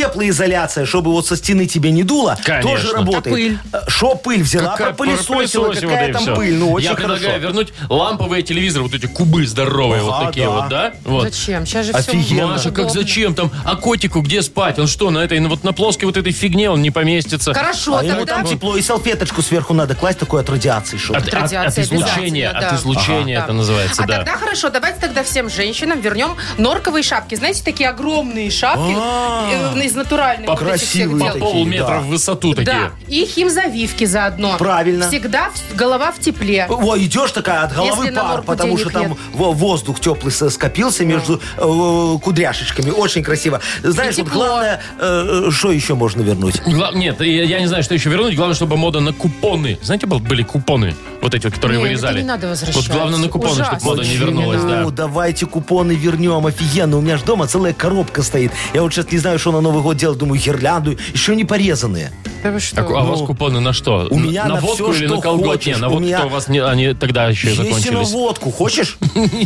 D: Теплоизоляция, чтобы вот со стены тебе не дуло,
B: Конечно.
D: тоже работает.
C: А пыль?
D: Э, Шо пыль взяла,
B: Какая-
D: пропылесосила,
B: пропылесосила, да и
D: какая там
B: всё.
D: пыль. Ну, очень
B: Я
D: хорошо.
B: предлагаю вернуть ламповые телевизоры, вот эти кубы здоровые, вот
D: Ага,
B: такие
D: да.
B: вот, да? Вот.
C: Зачем? Сейчас же все
D: Офигенно.
B: Маша, как зачем там? А котику где спать? Он что, на этой, ну вот на плоской вот этой фигне он не поместится.
C: Хорошо,
D: А ему
C: Ну, тогда
D: там тепло, и салфеточку сверху надо класть, такой от радиации, чтобы.
B: Ну, От, от- от
C: радиация
B: излучения,
C: обязательно,
B: от
C: да.
B: излучения
C: Да.
B: это называется,
C: а
B: да.
C: тогда хорошо, давайте тогда всем женщинам вернем норковые шапки. Знаете, такие огромные шапки
D: А.
C: э, из натуральных вот этих всех
D: Покрасивые
C: дел.
B: По
D: такие,
B: полметра
D: да.
B: в высоту такие.
C: Да, и химзавивки заодно.
D: Правильно.
C: Всегда в- голова в тепле.
D: Во, идешь такая от головы
C: Если на
D: пар,
C: норку
D: потому
C: денег
D: что там
C: нет.
D: во- воздух теплый со- скопился между э, кудряшечками. Очень красиво. Знаешь,
C: И
D: вот
C: тепло.
D: главное, э, э, что еще можно вернуть?
B: Гла- Нет, я, я не знаю, что еще вернуть. Главное, чтобы мода на купоны. Знаете, был- были купоны, вот эти, вот, которые
C: Не,
B: вырезали.
C: это не надо возвращать.
B: Вот главное на купоны,
C: Ужасно.
B: чтобы мода не
C: Почему?
B: вернулась, да.
D: Ну, давайте купоны вернем. Офигенно. У меня же дома целая коробка стоит. Я вот сейчас не знаю, что на Новый год делать. Думаю, гирлянду. Еще не порезанные.
C: Да вы что? Ну,
B: Так, а у вас купоны на что?
D: Ну, у меня
B: на
D: на
B: водку
D: всё,
B: или
D: что
B: на колготки?
D: хочешь.
B: На
D: У
B: водку
D: меня-
B: у вас не, они тогда еще и
D: Есть и на
B: закончились. [laughs]
D: водку. Хочешь?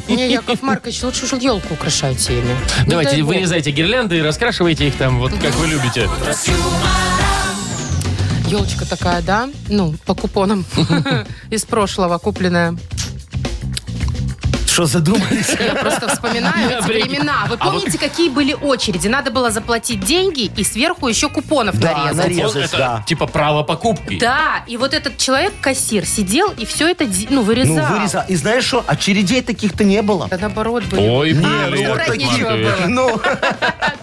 C: Не, Яков Маркович, лучше уж елку украшайте ими. Ну,
B: Давайте
C: дай бог.
B: вырезайте гирлянды и раскрашивайте их там, вот как вы любите.
C: Елочка такая, да? Ну,
B: [laughs]
C: по купонам из прошлого купленная.
D: Что задумались?
C: Я просто вспоминаю эти
B: Напряги.
C: времена. Вы помните, какие были очереди? Надо было заплатить деньги и сверху еще купонов
D: Да,
C: нарезать.
D: нарезать,
B: Это
D: да.
B: типа право покупки.
C: Да, и вот этот человек, кассир, сидел и все это ди- ну,
D: Ну,
C: вырезал.
D: вырезал. И знаешь что? Очередей таких-то не было.
C: Да наоборот были.
B: Ой,
C: А,
B: блин,
C: ну,
B: Яков
C: брать нечего
B: Маркович.
C: было.
D: Ну,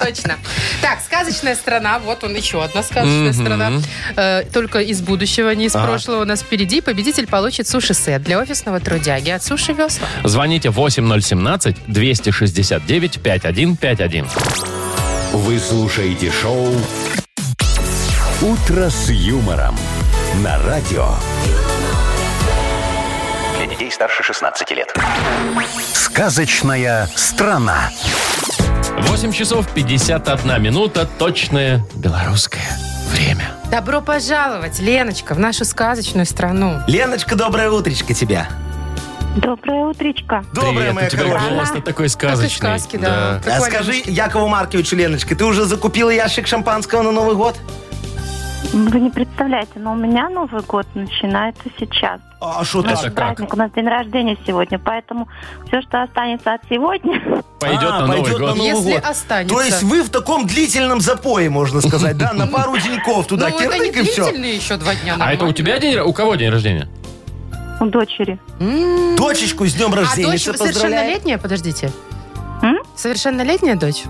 C: Точно. Так, сказочная страна. Вот он еще одна сказочная страна. Э, Только из будущего, не из прошлого. У нас впереди победитель получит суши-сет для офисного трудяги от Суши Весла.
B: Звоните 8017-269-5151.
A: Вы слушаете шоу «Утро с юмором» на радио.
E: Для детей старше 16 лет.
A: Сказочная страна.
B: 8 часов 51 минута. Точное белорусское время.
C: Добро пожаловать, Леночка, в нашу сказочную страну.
D: Леночка, доброе утречко тебя.
G: Доброе утречко.
D: Доброе,
B: Привет,
D: моя
B: у тебя
D: хорошая.
B: голос такой сказочный.
C: Как из сказки, да.
D: А
C: Прикольно.
D: скажи Якову Марковичу, Леночка, ты уже закупила ящик шампанского на Новый год?
G: Вы не представляете, но у меня Новый год начинается сейчас.
D: А что
G: У нас
B: Это как?
G: праздник, у нас день рождения сегодня, поэтому все, что останется от сегодня, [laughs]
B: Пойдет
D: А,
B: на Новый
D: пойдет
B: год.
D: на
C: Если
D: Новый год.
C: останется.
D: То есть вы в таком длительном запое, можно сказать, да, на пару деньков туда
C: ну, это не
D: кирдык и все.
C: длительные еще два дня.
B: А это у
C: нормально.
B: тебя день... ра- У кого день рождения?
G: у дочери.
C: М.
D: Дочечку с днем
C: А
D: рождения
C: дочь
D: все поздравляю.
C: совершеннолетняя, подождите.
G: М?
C: Совершеннолетняя дочь?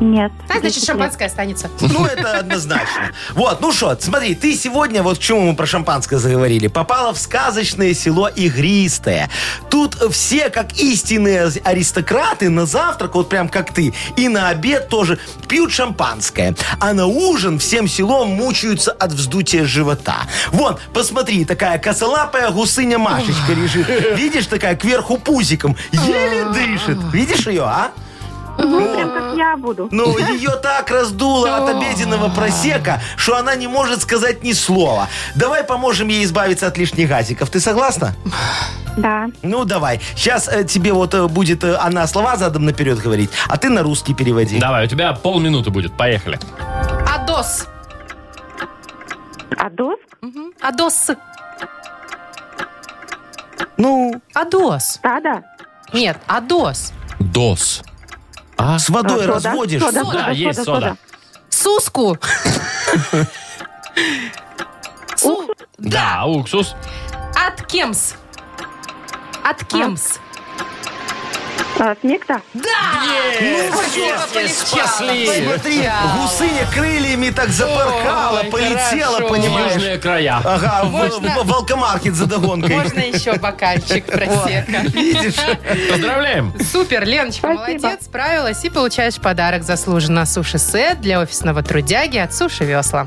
G: Нет.
C: А, значит,
G: 10 лет.
C: шампанское останется.
D: Ну, это однозначно. Вот, ну что, смотри, ты сегодня, вот к чему мы про шампанское заговорили, попала в сказочное село Игристое. Тут все, как истинные аристократы, на завтрак, вот прям как ты, и на обед тоже пьют шампанское. А на ужин всем селом мучаются от вздутия живота. Вон, посмотри, такая косолапая гусыня Машечка лежит. Видишь, такая кверху пузиком. Еле дышит. Видишь ее, а?
G: Ну, прям как я буду.
D: Ну, ее так раздуло от обеденного просека, что она не может сказать ни слова. Давай поможем ей избавиться от лишних газиков. Ты согласна?
G: Да.
D: Ну, давай. Сейчас тебе вот э, будет э, она слова задом наперед говорить, а ты на русский переводи.
B: Давай, у тебя полминуты будет. Поехали.
C: Адос.
G: А доск?
C: Мгм. Адос.
D: Ну,
C: Адос.
G: Да, да.
C: Нет, а адос.
B: Дос.
D: с водой
G: А, Сода,
D: разводишь.
G: Сода,
B: Сода,
G: сода,
B: есть
G: сода,
B: сода.
G: сода.
C: Суску. Су...
B: Да, уксус.
C: Аткемс. Аткемс.
G: А, Смекта?
B: Спасли.
D: Смотри, гусыня крыльями так запаркала,
B: Ой,
D: полетела,
B: хорошо.
D: понимаешь? А.
B: Южные края.
D: Ага, в-
C: Можно-
D: в- волкомаркет за догонкой.
C: Можно еще бокальчик просека.
D: Видишь?
B: Поздравляем.
C: Супер, Леночка,
G: Спасибо.
C: молодец, справилась и получаешь подарок заслуженно суши-сет для офисного трудяги от Суши Весла.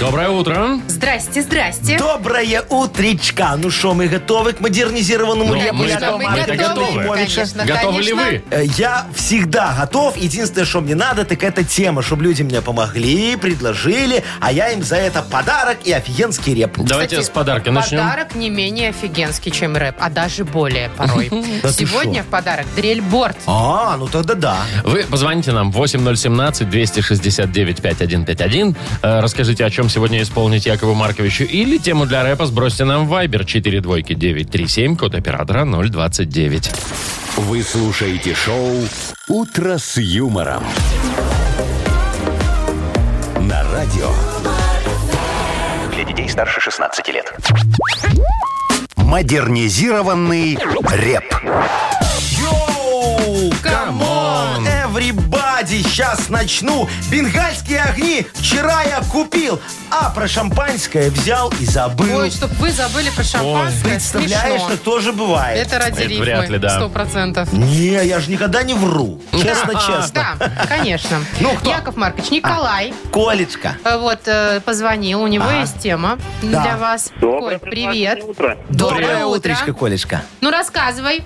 B: Доброе утро.
C: Здрасте, здрасте.
D: Доброе утречка. Ну что, мы готовы к модернизированному
B: Ну,
D: Якова
B: мы-
D: Якова
B: мы-
D: Марковича
B: мы-то готовы.
D: Якимовича?
C: конечно,
B: Готовы ли
C: конечно.
B: вы?
D: Э, Я всегда готов. Единственное, что мне надо, так это тема, чтобы люди мне помогли, предложили, а я им за это подарок и офигенский реп.
B: Давайте
C: Кстати,
B: с подарка начнем.
C: Подарок не менее офигенский, чем рэп, а даже
B: [laughs]
C: более порой.
D: Да ты
C: Сегодня
D: шо?
C: в подарок дрельборд.
D: А, ну тогда да.
B: Вы позвоните нам 8017-269-5151. Э, Расскажите, о чем сегодня исполнить Якову Марковичу. Или тему для рэпа сбросьте нам в Viber 42937, код оператора 029.
A: Вы слушаете шоу «Утро с юмором». На радио
E: Для детей старше 16 лет.
A: «Модернизированный реп».
D: Йоу! Камон, everybody! Сейчас начну. Бенгальские огни вчера я купил, а про шампанское взял и забыл.
B: ну,
C: Ой, чтоб вы забыли про шампанское.
D: Представляешь,
C: Смешно.
D: так тоже бывает.
C: Это ради
B: Это
C: рифмы.
B: вряд ли, да.
C: Сто процентов.
D: Не, я же никогда не вру. Честно, честно.
C: Да,
B: [laughs]
C: конечно.
D: Ну, кто?
C: Яков Маркович, Николай
D: Колечка.
C: э, вот э, позвонил, у него
D: Ага.
C: есть тема
D: А. Да.
C: для вас. Коль, привет.
F: утро.
C: Доброе утро.
D: утречко, Колечка.
C: Ну, рассказывай.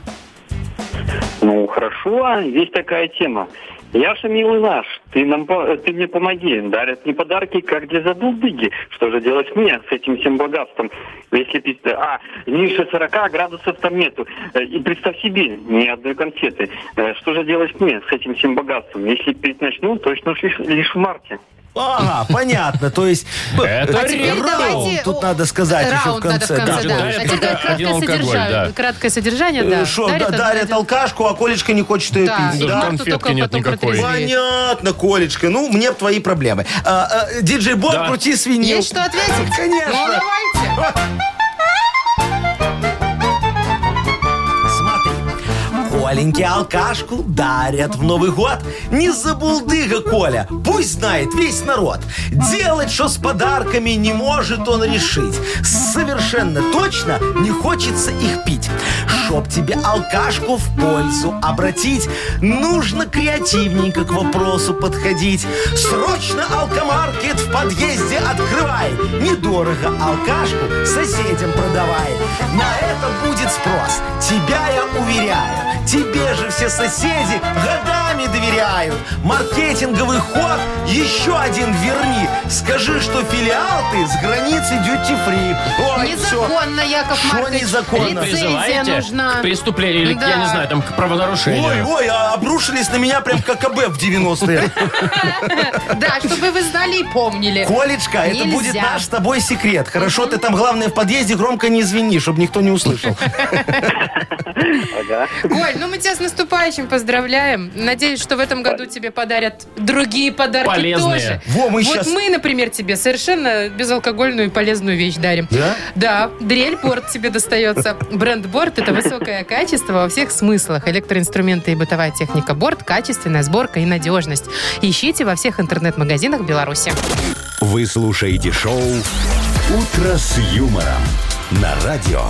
F: Ну, хорошо, есть такая тема. Яша, милый наш, ты, нам, по- э, ты мне помоги. Дарят мне подарки, как для задулдыги. Что же делать мне с этим всем богатством? Если пить... А, ниже 40 градусов там нету. Э, И представь себе, ни одной конфеты. Э, Что же делать мне с этим всем богатством? Если пить начну, точно лишь, лишь в марте.
D: Ага, А, понятно. То есть... б-
B: Это
D: э,
B: теперь
D: раунд
C: давайте,
D: Тут
C: о,
D: надо сказать еще в
C: Раунд надо в
D: конце.
B: да.
C: конце, да.
B: Дарят
C: А теперь
B: только
C: краткое
B: один алкоголь,
C: содержание,
B: да.
C: краткое содержание, да.
D: Что, дарят,
C: один-
D: алкашку, а Колечка не хочет ее
C: Да,
D: пить,
C: и
B: Даже
D: да?
C: Марту
B: конфетки
C: только
B: нет
C: потом
B: никакой.
C: протрезвеет.
D: Понятно, Колечка. Ну, мне б твои проблемы. А, а, диджей Боб,
B: Да.
D: крути свинил.
C: Есть что ответить?
D: Конечно.
C: Ну, давайте.
D: Смотри. Коленьке алкашку дарят в Новый год. Не забулдыга, Коля. Пусть знает весь народ. Делать, что с подарками не может он решить. Совершенно точно не хочется их пить. Чтоб тебе алкашку в пользу обратить, нужно креативненько к вопросу подходить. Срочно алкомаркет в подъезде открывай. Недорого алкашку соседям продавай. На это будет спрос. Тебя я уверяю. Тебе же все соседи годами доверяют. Маркетинговый ход еще один верни. Скажи, что филиал ты с границы дьюти-фри. Ой, всё.
C: Незаконно, Яков
D: Что
C: Маркович.
D: А незаконно?
C: Лицензия
B: Призываете
C: нужна.
B: к преступлению или, я
C: Да.
B: не знаю, там, к
D: Ой,
B: правонарушению.
D: ой, а обрушились на меня прям как АБ в 90-е.
C: Да, чтобы вы знали и помнили.
D: Колечка, это
C: Нельзя.
D: будет наш с тобой секрет. Хорошо, ты там, главное, в подъезде громко не извини, чтобы никто не услышал.
C: Коль, ну мы тебя с наступающим поздравляем. Надеюсь, что в этом году тебе подарят другие подарки
B: Полезные.
C: тоже.
D: Во, мы
C: вот
D: щас-
C: мы, например, тебе совершенно безалкогольную и полезную вещь дарим.
D: Да?
C: Да, дрель-борт тебе достается. Бренд-борт – это высокое качество во всех смыслах. Электроинструменты и бытовая техника борт, качественная сборка и надежность. Ищите во всех интернет-магазинах Беларуси.
A: Вы слушаете шоу «Утро с юмором» на радио.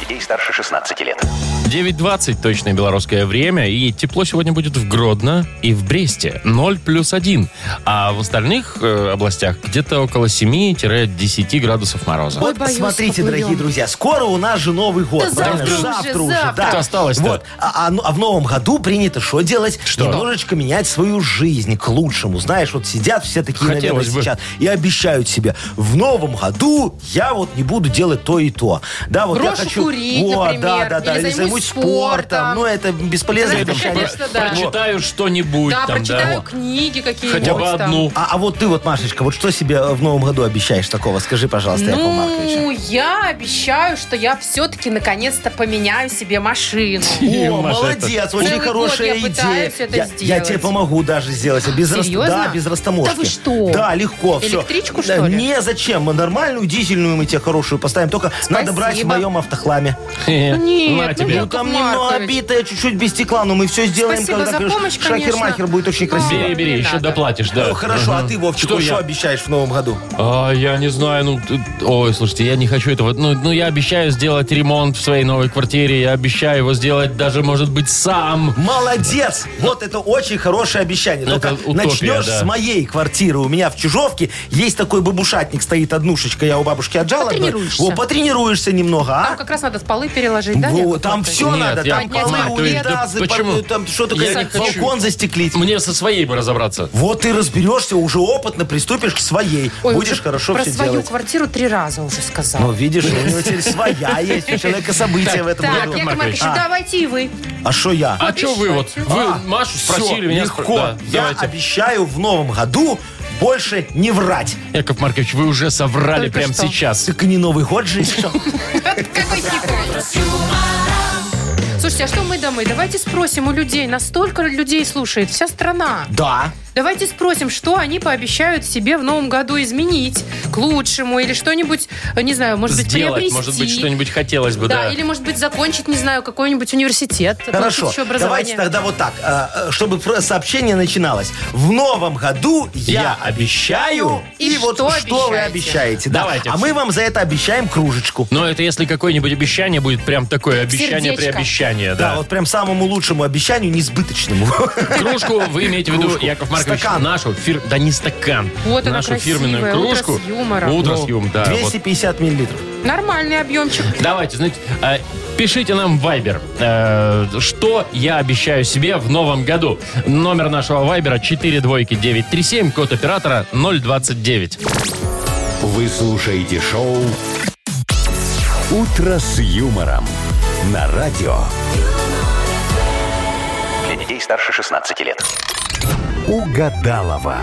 E: детей старше 16 лет.
B: 9.20 точное белорусское время. И тепло сегодня будет в Гродно и в Бресте. 0 плюс 1. А в остальных э, областях где-то около 7-10 градусов мороза.
C: Ой,
D: Вот
C: боюсь,
D: смотрите,
C: поплывем.
D: дорогие друзья, скоро у нас же Новый год.
C: Да завтра
D: правильно?
C: уже, завтра.
D: да.
B: Что осталось-то?
D: Вот. А, а ну- а в новом году принято что делать?
B: Что?
D: Немножечко менять свою жизнь к лучшему. Знаешь, вот сидят все такие,
B: Хотелось
D: наверное,
B: бы.
D: сейчас и обещают себе, в новом году я вот не буду делать то и то. Да, вот я
C: Брошу
D: хочу...
C: курить,
D: вот,
C: например,
D: да, да, да.
C: или займусь спортом.
D: Ну, это бесполезно.
C: Это,
D: обещание.
C: конечно, да.
B: Прочитаю что-нибудь
C: Да,
B: там,
C: прочитаю
B: да.
C: книги какие-нибудь.
B: Хотя бы
C: там.
B: одну.
D: А, а вот ты вот, Машечка, вот что себе э, в новом году обещаешь такого? Скажи, пожалуйста, Якова Марковича.
C: Ну, я обещаю, что я все-таки наконец-то поменяю себе машину.
D: О,
B: Маша,
D: молодец,
C: Целый
D: очень
C: год
D: хорошая
C: я
D: идея.
C: пытаюсь это
D: я, я
C: сделать.
D: тебе помогу даже сделать. а Без рас-
C: Серьезно?
D: Да, без растаможки.
C: Да вы что?
D: Да, легко. всё.
C: Электричку,
D: Да,
C: что ли?
D: Не, зачем? Мы нормальную дизельную мы тебе хорошую поставим. Только надо брать в
C: Спасибо.
D: моем автохламе.
B: Хе-хе.
C: [laughs] Нет,
B: На
C: ну
B: тебе.
C: я-
D: Ну, там
C: Яков
D: немного
C: Маркович.
D: обитое, чуть-чуть без стекла, но мы все сделаем.
C: Спасибо
D: когда
C: за
D: говоришь,
C: помощь, конечно. Ну,
D: Шахер-махер будет очень
C: Да.
D: красиво.
B: Бери, бери,
C: Не
B: еще
C: надо.
B: доплатишь, да.
D: Ну, хорошо, а ты, Вовчик,
B: Что
D: ну,
B: я?
D: что обещаешь в новом году?
B: А, я не знаю, ну, т- ой, слушайте, я не хочу этого. Ну, ну, я обещаю сделать ремонт в своей новой квартире, я обещаю его сделать даже, может быть, сам.
D: Молодец! Вот это очень хорошее обещание. Только
B: Ну, Это утопия,
D: начнешь
B: да.
D: с моей квартиры. У меня в Чижовке есть такой бабушатник, стоит однушечка, я у бабушки отжала.
C: Потренируешься.
D: Во, потренируешься немного,
C: Там
D: а?
C: как раз надо в полы переложить, да?
D: Во,
C: Яков
D: там
C: Маркович?
D: все
B: Нет,
D: надо,
B: я
D: там
C: понимаю,
D: полы,
C: то есть,
B: да
D: унитазы,
B: почему?
D: под- там что
B: Я
D: такое,
B: не хочу.
D: балкон застеклить.
B: Мне со своей бы разобраться.
D: Вот ты разберешься, уже опытно приступишь к своей.
C: Ой,
D: Будешь
C: уже
D: хорошо
C: про
D: все
C: свою
D: делать.
C: квартиру три раза уже сказал.
D: Ну, видишь, у него теперь своя есть, у человека события в этом
C: так,
D: году.
C: Яков Маркович,
D: А.
C: давайте и
D: [laughs]
C: вы.
D: А что я?
B: А что вы вот? Вы
D: А,
B: Машу
D: всё,
B: спросили, меня
D: легко.
B: спро- да,
D: Я
B: давайте.
D: обещаю в новом году больше не врать.
B: Яков Маркович, вы уже соврали
C: Только
B: прямо
C: что.
B: сейчас.
D: Так и не Новый год
C: [laughs]
D: же еще.
C: Какой хитрый. Слушайте, а что мы домой? Давайте спросим у людей. Настолько людей слушает вся страна.
D: Да.
C: Давайте спросим, что они пообещают себе в новом году изменить к лучшему или что-нибудь, э, не знаю, может быть,
B: Сделать,
C: приобрести.
B: может быть, что-нибудь хотелось бы, да.
C: Да, или, может быть, закончить, не знаю, какой-нибудь университет. получить
D: Хорошо.
C: еще
D: Давайте
C: образование.
D: тогда вот так, э, э, чтобы про- сообщение начиналось. В новом году я,
B: Я обещаю.
D: обещаю.
C: Ну, И
D: вот
C: что
D: что вы
C: обещаете?
D: обещаете. да.
B: Давайте.
D: А мы вам за это обещаем кружечку.
B: Но это если какое-нибудь обещание будет прям такое обещание при
C: Сердечко.
B: обещании,
D: Да,
B: да.
D: вот прям самому лучшему обещанию, несбыточному. [laughs]
B: Кружку вы имеете в виду,
D: Кружку.
B: Яков Маркович,
D: Стакан.
B: нашу, фир... да не стакан,
C: Вот она
B: нашу
C: красивая,
B: фирменную
C: утро
B: кружку.
C: с юмором.
B: Утро с
D: Ну,
B: юмором, да. вот
D: 250 миллилитров.
C: Нормальный объемчик.
B: Давайте, знаете, э, пишите нам в Viber, э, что я обещаю себе в новом году. Номер нашего Viber 42937, код оператора 029.
A: Вы слушаете шоу «Утро с юмором» на радио.
E: Для детей старше 16 лет.
A: Угадалова.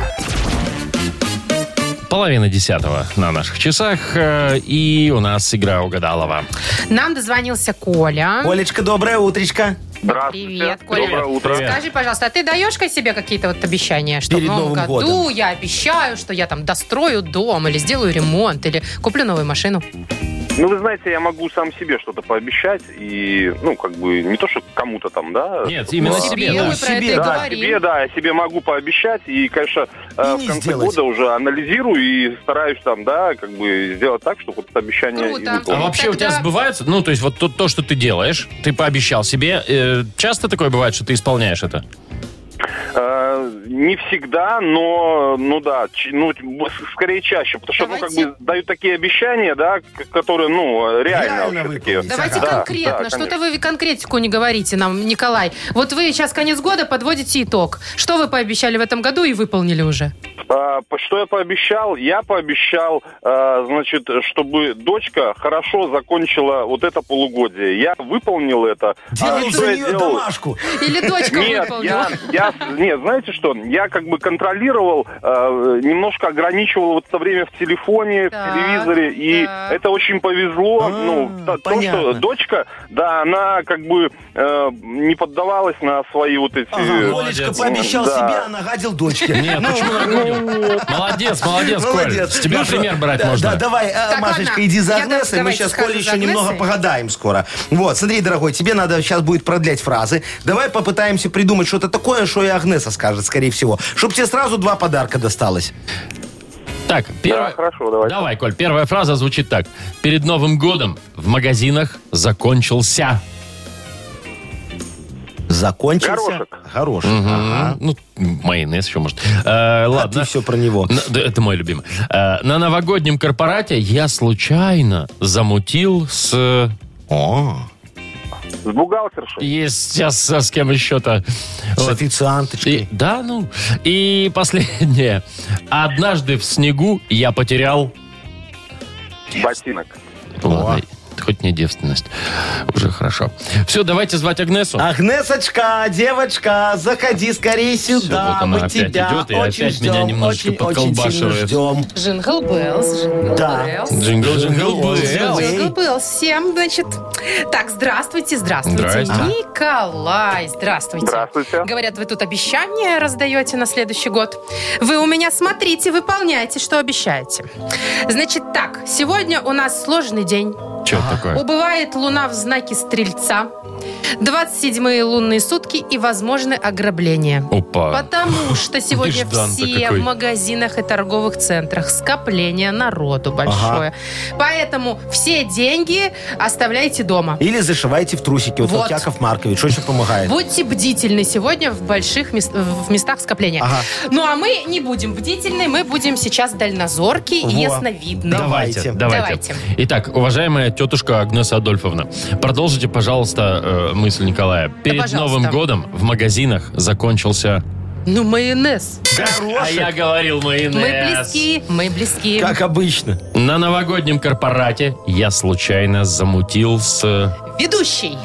B: Половина десятого на наших часах, э, и у нас игра угадалова.
C: Нам дозвонился Коля.
D: Олечка, доброе утречко.
F: Здравствуйте.
C: Привет, Коля.
F: Доброе утро.
B: Привет.
C: Скажи, пожалуйста, а ты даешь ка себе какие-то вот обещания, что
D: Перед
C: в новом
D: Новым
C: году я обещаю, что я там дострою дом или сделаю ремонт или куплю новую машину?
H: Ну, вы знаете, я могу сам себе что-то пообещать. И, ну, как бы, не то, что кому-то там, да.
B: Нет, именно себе,
C: мы
B: да.
C: про
D: себе,
C: это и
H: Да,
C: говорим.
H: себе, да, я себе могу пообещать. И, конечно, э,
D: не
H: в конце
D: сделать.
H: года уже анализирую и стараюсь там, да, как бы сделать так, чтобы вот это обещание
C: Круто.
H: и
B: А
H: выполнить.
B: вообще у тебя
C: Тогда-
B: сбывается, ну, то есть вот то, то, что ты делаешь, ты пообещал себе, э, часто такое бывает, что ты исполняешь это?
H: Э, не всегда, но, ну да, ч- ну, с- скорее чаще. Потому что,
C: Давайте-
H: ну, как бы, дают такие обещания, да, к- которые, ну, реально,
D: Реально
H: вообще
D: выполнить.
H: такие.
C: Давайте
H: Да,
C: конкретно.
H: да,
C: Что-то вы конкретику не говорите нам, Николай. Вот вы сейчас конец года подводите итог. Что вы пообещали в этом году и выполнили уже?
H: А, по- Что я пообещал? Я пообещал, а, значит, чтобы дочка хорошо закончила вот это полугодие. Я выполнил это. А,
D: Делал
H: что
D: за
H: я
D: нее
H: делал?
D: домашку.
C: Или дочка
H: Нет, я,
C: выполнила?
H: я, нет, знаете что, я как бы контролировал, а, немножко ограничивал вот это время в телефоне,
C: Так,
H: в телевизоре, и
C: так.
H: это очень повезло,
D: А,
H: ну, то- то,
D: понятно.
H: что дочка, да, она как бы э, не поддавалась на свои вот эти... э,
D: Ага,
B: Молодец.
D: Олечка пообещал
H: Да.
D: себе, а нагадил дочке.
B: Нет, почему нагадил? Молодец, молодец, Коль. С тебя
D: Ну что,
B: пример брать
D: да,
B: можно.
D: Да, давай, э,
C: Так,
D: Машечка,
C: ладно.
D: иди за
C: Я да-
D: Агнесой. Мы
C: давайте
D: сейчас
C: схожу
D: Коле
C: за
D: еще немного
C: Агнесой.
D: погадаем скоро. Вот, смотри, дорогой, тебе надо сейчас будет продлять фразы. Давай попытаемся придумать что-то такое, что и Агнеса скажет, скорее всего. Чтоб тебе сразу два подарка досталось.
B: Так, первая...
H: Да, хорошо, давайте.
B: Давай, Коль, первая фраза звучит так. Перед Новым годом в магазинах закончился.
D: Закончился?
H: Горошек.
D: Горошек. ага.
B: Ну, майонез еще может. Э,
D: А ты
B: ладно.
D: все про него.
B: На- да, это мой любимый. Э, на новогоднем корпорате я случайно замутил с...
D: О,
H: С бухгалтершей.
B: Сейчас со с кем еще-то.
D: с
B: Вот. И-
D: официанточкой.
B: да, ну. И последнее. Однажды в снегу я потерял...
H: Ботинок.
B: Ладно, хоть не девственность. Уже хорошо. Все, давайте звать Агнесу.
D: Агнесочка, девочка, заходи скорее сюда.
B: вот она
D: Мы
B: опять
D: тебя
B: идет и
D: очень
B: опять
D: ждем,
B: меня немножечко
D: очень, очень сильно
B: подколбашивает.
D: ждем.
C: Джингл Беллс, Джингл
D: Да.
C: Беллс.
B: Джингл, джингл,
D: Джингл.
B: был.
C: Джингл Беллс. Всем, значит... Так, здравствуйте, здравствуйте.
B: Здрасте.
C: Николай, здравствуйте.
H: Здравствуйте.
C: Говорят, вы тут обещания раздаете на следующий год. Вы у меня смотрите, выполняйте, что обещаете. Значит так, сегодня у нас сложный день.
B: Что это такое?
C: Убывает луна в знаке Стрельца. 27-е лунные сутки и возможны ограбления.
B: Опа.
C: Потому что сегодня
B: Неждан-то
C: все
B: какой.
C: в магазинах и торговых центрах скопление народу большое. Поэтому все деньги оставляйте дома.
D: Или зашивайте в трусики. Вот,
C: Вот.
D: как Яков Маркович очень помогает.
C: Будьте бдительны сегодня в больших мес- в местах скопления.
D: Ага.
C: Ну а мы не будем бдительны, мы будем сейчас дальнозорки
D: Во.
C: и ясновидны.
B: Давайте,
D: Давайте.
B: давайте.
C: Давайте.
B: Итак, уважаемая тетушка Агнеса Адольфовна, продолжите, пожалуйста, э, мысль Николая. Перед
C: пожалуйста.
B: Новым годом в магазинах закончился...
C: Ну майонез.
B: А я говорил майонез.
C: Мы близки, мы близки.
D: Как обычно.
B: На новогоднем корпорате я случайно замутил с...
C: Ведущий.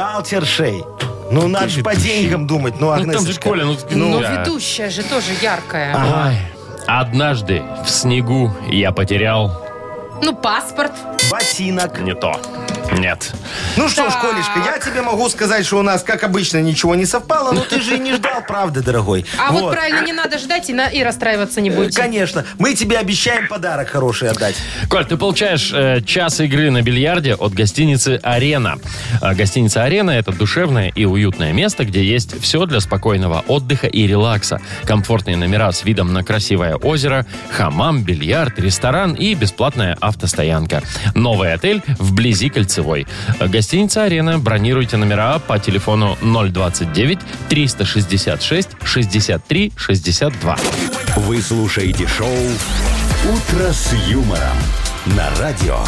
D: Бухгалтершей. Ну, надо же по
B: ведущий.
D: деньгам думать. Ну,
B: Ну, там же
D: Агнесочка.
B: Коля, ну...
C: Но
B: я-
C: ведущая же тоже яркая.
B: Ай. Однажды в снегу я потерял...
C: Ну, паспорт.
D: Ботинок.
B: Не то. Нет.
D: Ну что ж,
C: Так.
D: Колечка, я тебе могу сказать, что у нас, как обычно, ничего не совпало, но ты же и не ждал, правда, дорогой.
C: А вот, правильно не надо ждать и, на, и расстраиваться не будете.
D: Конечно. Мы тебе обещаем подарок хороший отдать.
B: Коль, ты получаешь э, час игры на бильярде от гостиницы «Арена». А гостиница «Арена» — это душевное и уютное место, где есть все для спокойного отдыха и релакса. Комфортные номера с видом на красивое озеро, хамам, бильярд, ресторан и бесплатная автостоянка. Новый отель вблизи Кольцевой. Э, Гостиница «Арена». Бронируйте номера по телефону 029-366-63-62.
A: Вы слушаете шоу «Утро с юмором» на радио.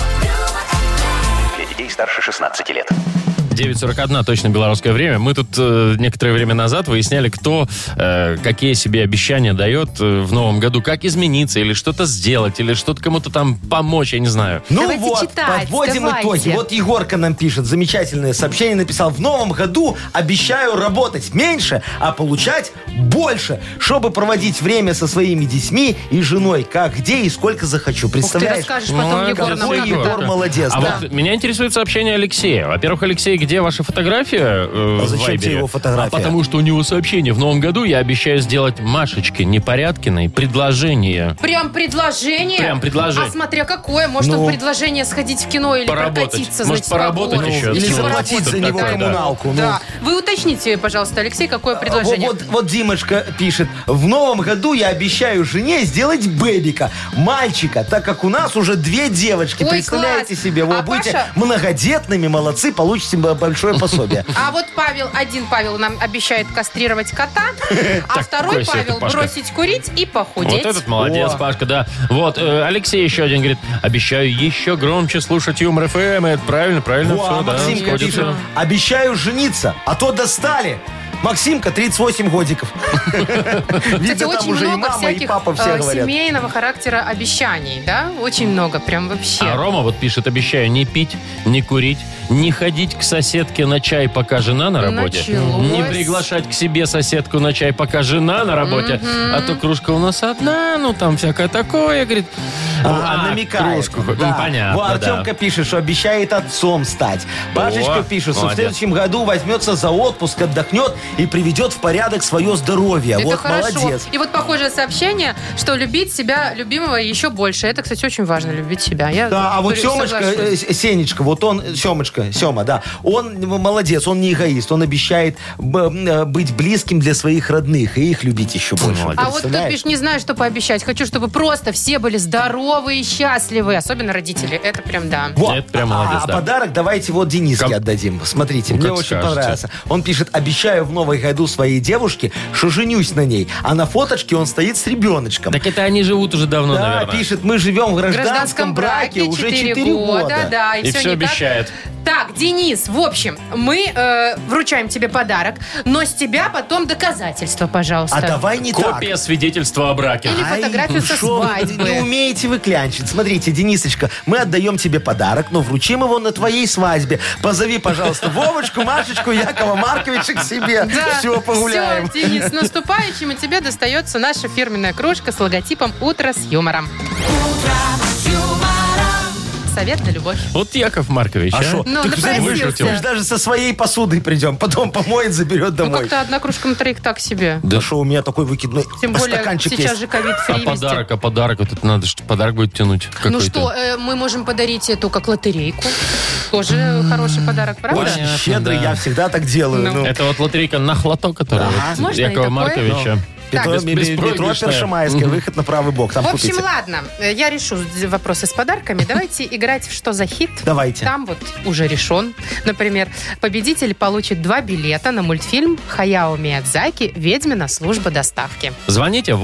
E: Для детей старше 16 лет.
B: 9.41, точно белорусское время. Мы тут э, некоторое время назад выясняли, кто э, какие себе обещания дает э, в новом году, как измениться, или что-то сделать, или что-то кому-то там помочь, я не знаю.
D: Ну
C: Давайте
D: вот,
C: читать,
D: подводим
C: давайте.
D: итоги. Вот Егорка нам пишет, замечательное сообщение написал. В новом году обещаю работать меньше, а получать больше, чтобы проводить время со своими детьми и женой, как, где и сколько захочу.
C: Ух ты,
D: Представляешь?
C: расскажешь потом
B: Ну,
C: Егору нам
B: какой
C: как
B: Егор?
C: это.
D: Егор молодец,
B: А
D: да.
B: вот меня интересует сообщение Алексея. Во-первых, Алексей, где ваша фотография э,
D: А зачем
B: в Вайбере?
D: тебе его фотография?
B: А потому что у него сообщение. В новом году я обещаю сделать Машечке Непорядкиной предложение.
C: Прям предложение.
B: Прям предложение.
C: А смотря какое. Может,
D: Ну.
C: в предложение сходить в кино или
B: Поработать.
C: прокатиться.
B: Может,
C: значит,
B: поработать
C: поработать.
B: еще.
D: Или
B: Ну,
D: заплатить
B: вот
D: за него
B: такое, да.
D: коммуналку. ну.
C: Да. Вы уточните, пожалуйста, Алексей, какое
D: Вот,
C: предложение.
D: вот- вот Димочка пишет. В новом году я обещаю жене сделать бэбика, мальчика, так как у нас уже две девочки.
C: Ой,
D: Представляете
C: класс.
D: себе, вы
C: А
D: будете
C: Паша-
D: многодетными, молодцы, получите б-
B: [laughs]
D: большое пособие.
C: А вот Павел, один Павел нам обещает
B: [laughs]
C: кастрировать кота, а
B: Так, какой
C: второй
B: себе ты,
C: Павел
B: Пашка?
C: бросить курить и похудеть.
B: Вот этот молодец,
D: О.
B: Пашка, да. Вот, э, Алексей еще один говорит, обещаю еще громче слушать Юмор ФМ. Это правильно, правильно,
D: Во, а
B: все, да,
D: Максимка
B: сходится.
D: пишет, обещаю жениться, а то достали. Максимка, 38
C: [laughs]
D: годиков.
C: Кстати,
D: Видно, там
C: очень
D: уже и
C: много
D: мама, и
C: всяких
D: папа все
C: э,
D: говорят.
C: семейного характера обещаний, да? Очень много, прям вообще.
B: А Рома вот пишет, обещаю не пить, не курить, не ходить к соседке на чай, пока жена на работе.
C: Началось.
B: Не приглашать к себе соседку на чай, пока жена на работе. А то кружка у нас одна, ну там всякое такое, говорит.
D: А,
B: А,
D: намекает.
B: кружку хоть-
D: Да.
B: Ну, понятно,
D: Вот Артемка
B: да.
D: пишет, что обещает отцом стать. Башечка
B: О,
D: пишет, что в
B: молодец.
D: следующем году возьмется за отпуск, отдохнет и приведет в порядок свое здоровье.
C: Это
D: вот
C: хорошо.
D: молодец.
C: И вот похожее сообщение, что любить себя любимого еще больше. Это, кстати, очень важно, любить себя. Я
D: Да, а вот
C: говорю,
D: Семочка, э,
C: соглашусь.
D: С- Сенечка, вот он, э, Семочка, Сема, да, он м, молодец, он не эгоист, он обещает б- м, э, быть близким для своих родных и их любить еще больше.
C: А вот тут
D: Представляешь?
C: пишешь, не знаю, что пообещать. Хочу, чтобы просто все были здоровы и счастливы. Особенно родители. Это прям да.
D: Во,
B: Это прям
D: а-
B: молодец,
D: а,
B: да.
D: подарок давайте вот Дениске
B: Как-
D: отдадим. Смотрите,
B: Ну,
D: мне
B: как
D: очень
B: скажете.
D: понравился. Он пишет, обещаю в новом году своей девушке, что женюсь на ней. А на фоточке он стоит с ребеночком.
B: Так это они живут уже давно,
D: да,
B: наверное.
D: пишет, мы живем в
C: В
D: гражданском,
C: гражданском браке
D: браке, уже
C: 4
D: 4 года.
C: Да, и,
B: И
C: все,
B: все
C: не так.
B: обещает.
C: Так, Денис, в общем, мы э, вручаем тебе подарок, но с тебя потом доказательства, пожалуйста.
D: А давай не так.
B: Копия свидетельства о браке.
C: Или-
D: Ай,
C: фотографию
D: ну
C: со
D: шо вы
C: свадьбы.
D: Не умеете вы клянчить. Смотрите, Денисочка, мы отдаем тебе подарок, но вручим его на твоей свадьбе. Позови, пожалуйста, Вовочку, Машечку, Якова Марковича к себе. [laughs]
C: Да.
D: Все, погуляем.
C: Все, Денис, с наступающим, и тебе достается наша фирменная кружка с логотипом «Утро с юмором». Совет на любовь.
B: Вот Яков Маркович, а?
D: А шо?
C: Ну,
D: Ты
C: да простился.
D: знаешь, выкрутил. Ты ж даже со своей посудой придем. Потом помоет, заберет
C: Ну,
D: домой.
C: как-то одна кружка на троих так себе.
D: Да что, у меня такой выкидной
C: Тем более,
D: Ну, стаканчик
C: сейчас
D: есть.
C: же ковид-фри
B: А
C: везде.
B: подарок, а подарок, вот это надо, что подарок будет тянуть.
C: Ну
B: какой-то.
C: что, э, мы можем подарить эту как лотерейку. Тоже хороший подарок, правда?
D: Очень
B: Понятно,
D: щедрый,
B: да.
D: я всегда так делаю.
C: Ну.
D: Ну.
B: Это вот лотерейка на хлото, которая
D: Ага.
B: вот
C: Можно и
B: Якова
C: такое?
B: Марковича.
C: Так.
D: Петро-
B: Без-
D: Ме- Ме-
B: беспроигрышная.
D: Петро Першемайская,
B: Мгм.
D: выход на правый бок. Там
C: В общем,
D: купите.
C: ладно, э, я решу з- вопросы с подарками.
D: [laughs]
C: Давайте играть в «Что за хит?»
D: Давайте.
C: Там вот уже решен. Например, победитель получит два билета на мультфильм «Хаяо Миядзаки. Ведьмина служба доставки».
B: Звоните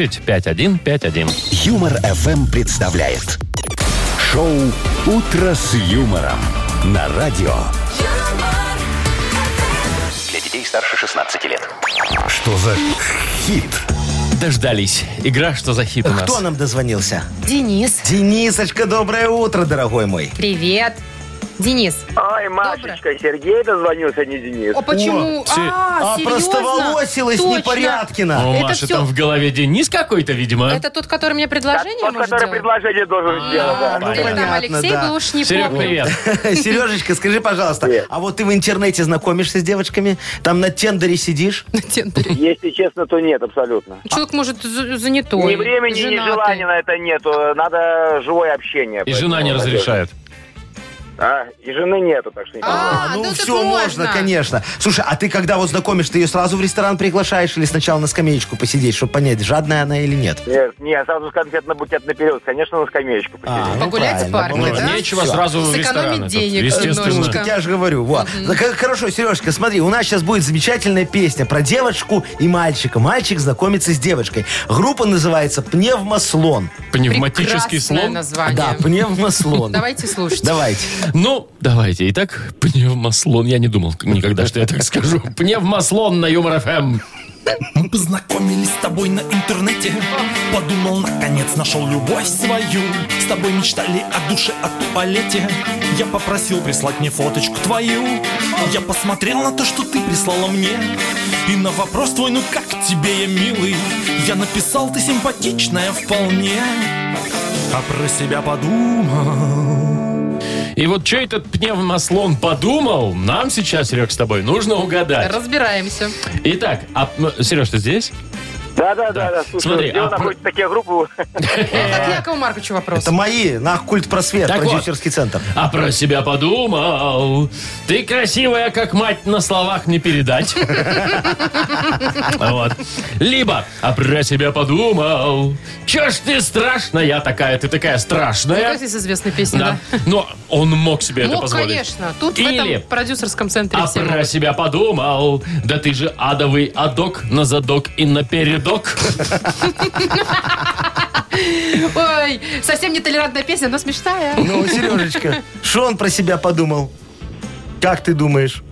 B: 8017-269-5151.
A: Юмор FM представляет шоу Утро с юмором на радио.
E: Для детей старше 16 лет.
A: Что за хит?
B: Дождались. Игра «Что за хит» у нас.
D: Кто нам дозвонился?
C: Денис,
D: Денисочка, доброе утро,
C: [laughs]
D: дорогой мой.
C: привет. Денис.
F: Ай,
C: Машечка,
F: Сергей дозвонился, а не Денис.
C: О, почему?
D: О, се-
C: а,
D: а
C: серьезно?
D: простоволосилась
C: Точно.
D: непорядкина.
B: О,
C: Это
B: Маша,
C: всё-
B: там в голове Денис какой-то, видимо.
C: Это тот, который мне предложение может делать? А,
F: предложение должен
B: сделать, да.
C: Или
B: Понятно,
C: там Алексей
D: А, ну, да.
C: был уж не
B: Серег,
C: помню. [laughs]
B: привет.
D: Сережечка, скажи, пожалуйста,
F: Привет.
D: а вот ты в интернете знакомишься с девочками? Там на тендере сидишь?
C: На тендере.
F: Если честно, то нет, абсолютно.
C: А Человек может за- занятой,
F: ни времени, ни
C: женатый.
F: желания на это нету. Надо живое общение.
B: И жена не
F: Поэтому,
B: разрешает.
F: А, и жены нету, так что не
C: А. ну так
D: все
C: можно.
D: можно. конечно. Слушай, а ты когда вот знакомишься, ты ее сразу в ресторан приглашаешь или сначала на скамеечку посидеть, чтобы понять, жадная она или нет?
F: Нет, Э, не, сразу с конфетно-букет наперед. Конечно, на скамеечку посидеть.
D: А.
C: Погулять в
D: правильно,
C: парке,
B: Ну,
D: молодец.
C: да?
B: Нечего
D: Всё.
B: сразу в
C: Сэкономить
B: ресторан. этот,
C: денег
D: Ну,
B: Естественно.
C: немножко.
D: так я же говорю, вот. Хорошо, Сережка, смотри, у нас сейчас будет замечательная песня про девочку и мальчика. Мальчик знакомится с девочкой. Группа называется «Пневмослон».
B: Пневматический
C: Прекрасное
B: слон.
C: название.
D: Да, пневмослон.
C: Давайте слушать.
D: Давайте.
B: Ну, давайте. Итак, пневмослон. Я не думал никогда, что я так скажу. Пневмослон на Юмор Эм. ФМ.
I: Мы познакомились с тобой на интернете Подумал, наконец, нашел любовь свою С тобой мечтали о душе, о туалете Я попросил прислать мне фоточку твою Я посмотрел на то, что ты прислала мне И на вопрос твой, ну как тебе я, милый Я написал, ты симпатичная вполне А про себя подумал
B: И вот что этот пневмослон подумал, нам сейчас, Серег, с тобой нужно угадать.
C: Разбираемся.
B: Итак, а, Сереж, ты здесь?
F: Да, да, да, да. Слушай,
B: Смотри,
F: где
B: а
F: вы находите такие группы?
B: Э,
C: Это к Якову Марковичу вопрос.
D: Это мои, на культ просвет,
B: Так вот.
D: продюсерский центр.
B: А про себя подумал. Ты красивая, как мать, на словах не передать. Вот. Либо, а про себя подумал. Че ж ты страшная такая, ты такая страшная.
C: Как из известной песни,
B: Да.
C: да?
B: Но он мог себе это
C: Мог,
B: позволить.
C: конечно. Тут в
B: Или-
C: этом продюсерском центре
B: А
C: все
B: про
C: могут.
B: себя подумал. Да ты же адовый адок на задок и на передок.
C: Ой, совсем нетолерантная песня, но смешная.
D: Ну, Сережечка, что он про себя подумал? Как ты думаешь?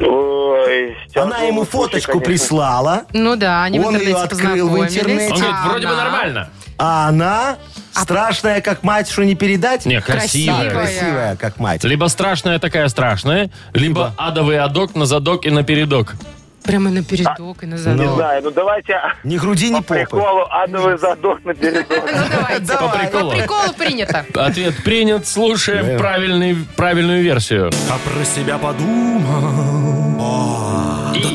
F: Ой,
D: Она ему фоточку прислала,
C: Ну да, они в
D: Он
C: интернете
D: её открыл в
C: познакомились.
D: интернете.
B: Он говорит,
C: А
B: вроде бы
C: она?
B: нормально.
D: а она страшная, как мать, что не передать?
B: Не,
C: Красивая.
B: красивая.
D: Красивая, как мать.
B: Либо страшная такая страшная, либо адовый адок на задок и на передок.
C: Прямо на передок и на
F: Не
C: задок.
F: знаю, ну давайте
D: Ни груди, ни
F: по
D: попы.
F: приколу адовый задох на передок.
C: Ну давайте.
B: По
D: Давай.
B: приколу.
C: Приколу принято.
B: Ответ принят. Слушаем правильный, правильную версию.
I: А про себя подумал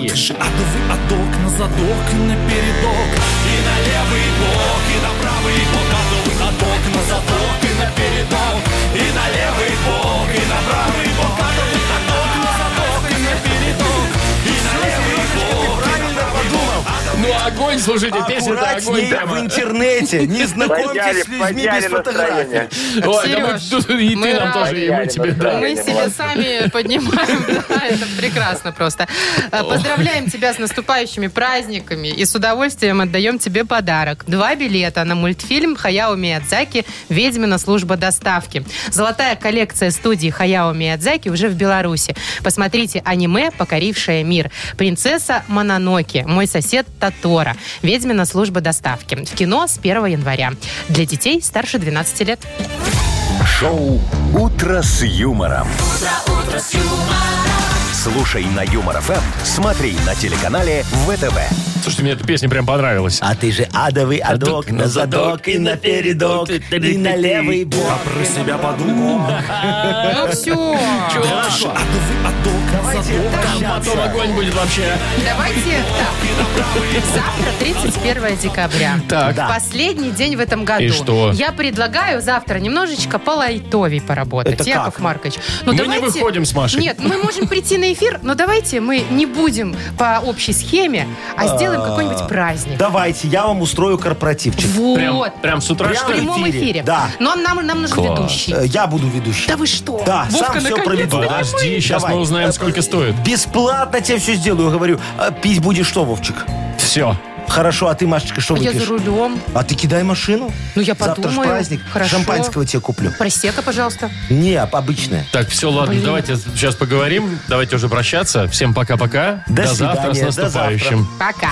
I: Пиши от вы от док А на задок и на передок И на левый бок, и на правый бок От вы от док на задок и на передок И на левый бок, и на правый бок От вы от док на задок и на передок И на левый бок, и на
D: Правильно подумал.
B: Ну, огонь, слушайте, песня-то огонь
D: Аккуратней
B: прямо.
D: в интернете. Не знакомьтесь с людьми без
F: подняли
D: фотографий.
B: Ой,
F: настроение.
B: да мы
C: Сереж,
B: ну, тут и ты
C: мы
B: нам
C: рады.
B: тоже, и мы тебе, да.
C: Мы себя сами поднимаем, [laughs] да, это прекрасно просто. Э, Поздравляем тебя с наступающими праздниками и с удовольствием отдаем тебе подарок. Два билета на мультфильм Хаяо Миядзаки «Ведьмина служба доставки». Золотая коллекция студии Хаяо Миядзаки уже в Беларуси. Посмотрите аниме, покорившее мир. Принцесса Мононоки, мой сосед Татора, «Ведьмина служба доставки». В кино с 1 января. Для детей старше 12 лет.
A: Шоу «Утро с юмором». Слушай на Юмор ФМ, смотри на телеканале ВТВ.
B: Слушайте, мне эта песня прям понравилась.
D: А ты же адовый адок на задок и на передок и на левый бок.
I: Про себя подумал
C: Ну все.
I: Пиши от вы от док на задок
B: Потом огонь будет вообще.
C: Давайте так. Завтра 31 декабря.
B: Так.
D: Да.
C: Последний день в этом году.
B: И что?
C: Я предлагаю завтра немножечко по лайтовей поработать,
D: Это
C: Яков
D: как?
C: Маркович. Ну,
B: Мы не выходим с Машей.
C: Нет, мы можем прийти на эфир, но давайте мы не будем по общей схеме, а сделаем какой-нибудь праздник.
D: Давайте, я вам устрою корпоративчик.
C: Вот.
B: Прям, прям с утра,
D: Прям
C: в
B: что ли?
C: прямом
D: в эфире,
C: эфире.
D: да.
C: Но нам, нам нужен
B: Класс.
C: ведущий.
D: Э, Я буду ведущий.
C: Да вы что?
D: Да,
C: Вовка,
D: сам все
C: наконец-то
D: проведу.
B: Подожди, сейчас мы
D: Давай. Э,
B: узнаем, сколько стоит.
D: Бесплатно тебе все сделаю, говорю. А Пить будешь что, Вовчик?
B: Все.
D: Хорошо, а ты, Машечка, что
C: Я за
D: выпьешь?
C: рулем.
D: А ты кидай машину.
C: Ну, я
D: Завтра ж
C: подумаю.
D: праздник.
C: Хорошо.
D: Шампанского тебе куплю.
C: Просека, пожалуйста.
D: Не, обычное.
B: Так, все, ладно,
C: Блин.
B: давайте сейчас поговорим. Давайте уже прощаться. Всем пока-пока.
D: До
B: завтра с
D: свидания, до завтра.
B: наступающим.
C: Пока.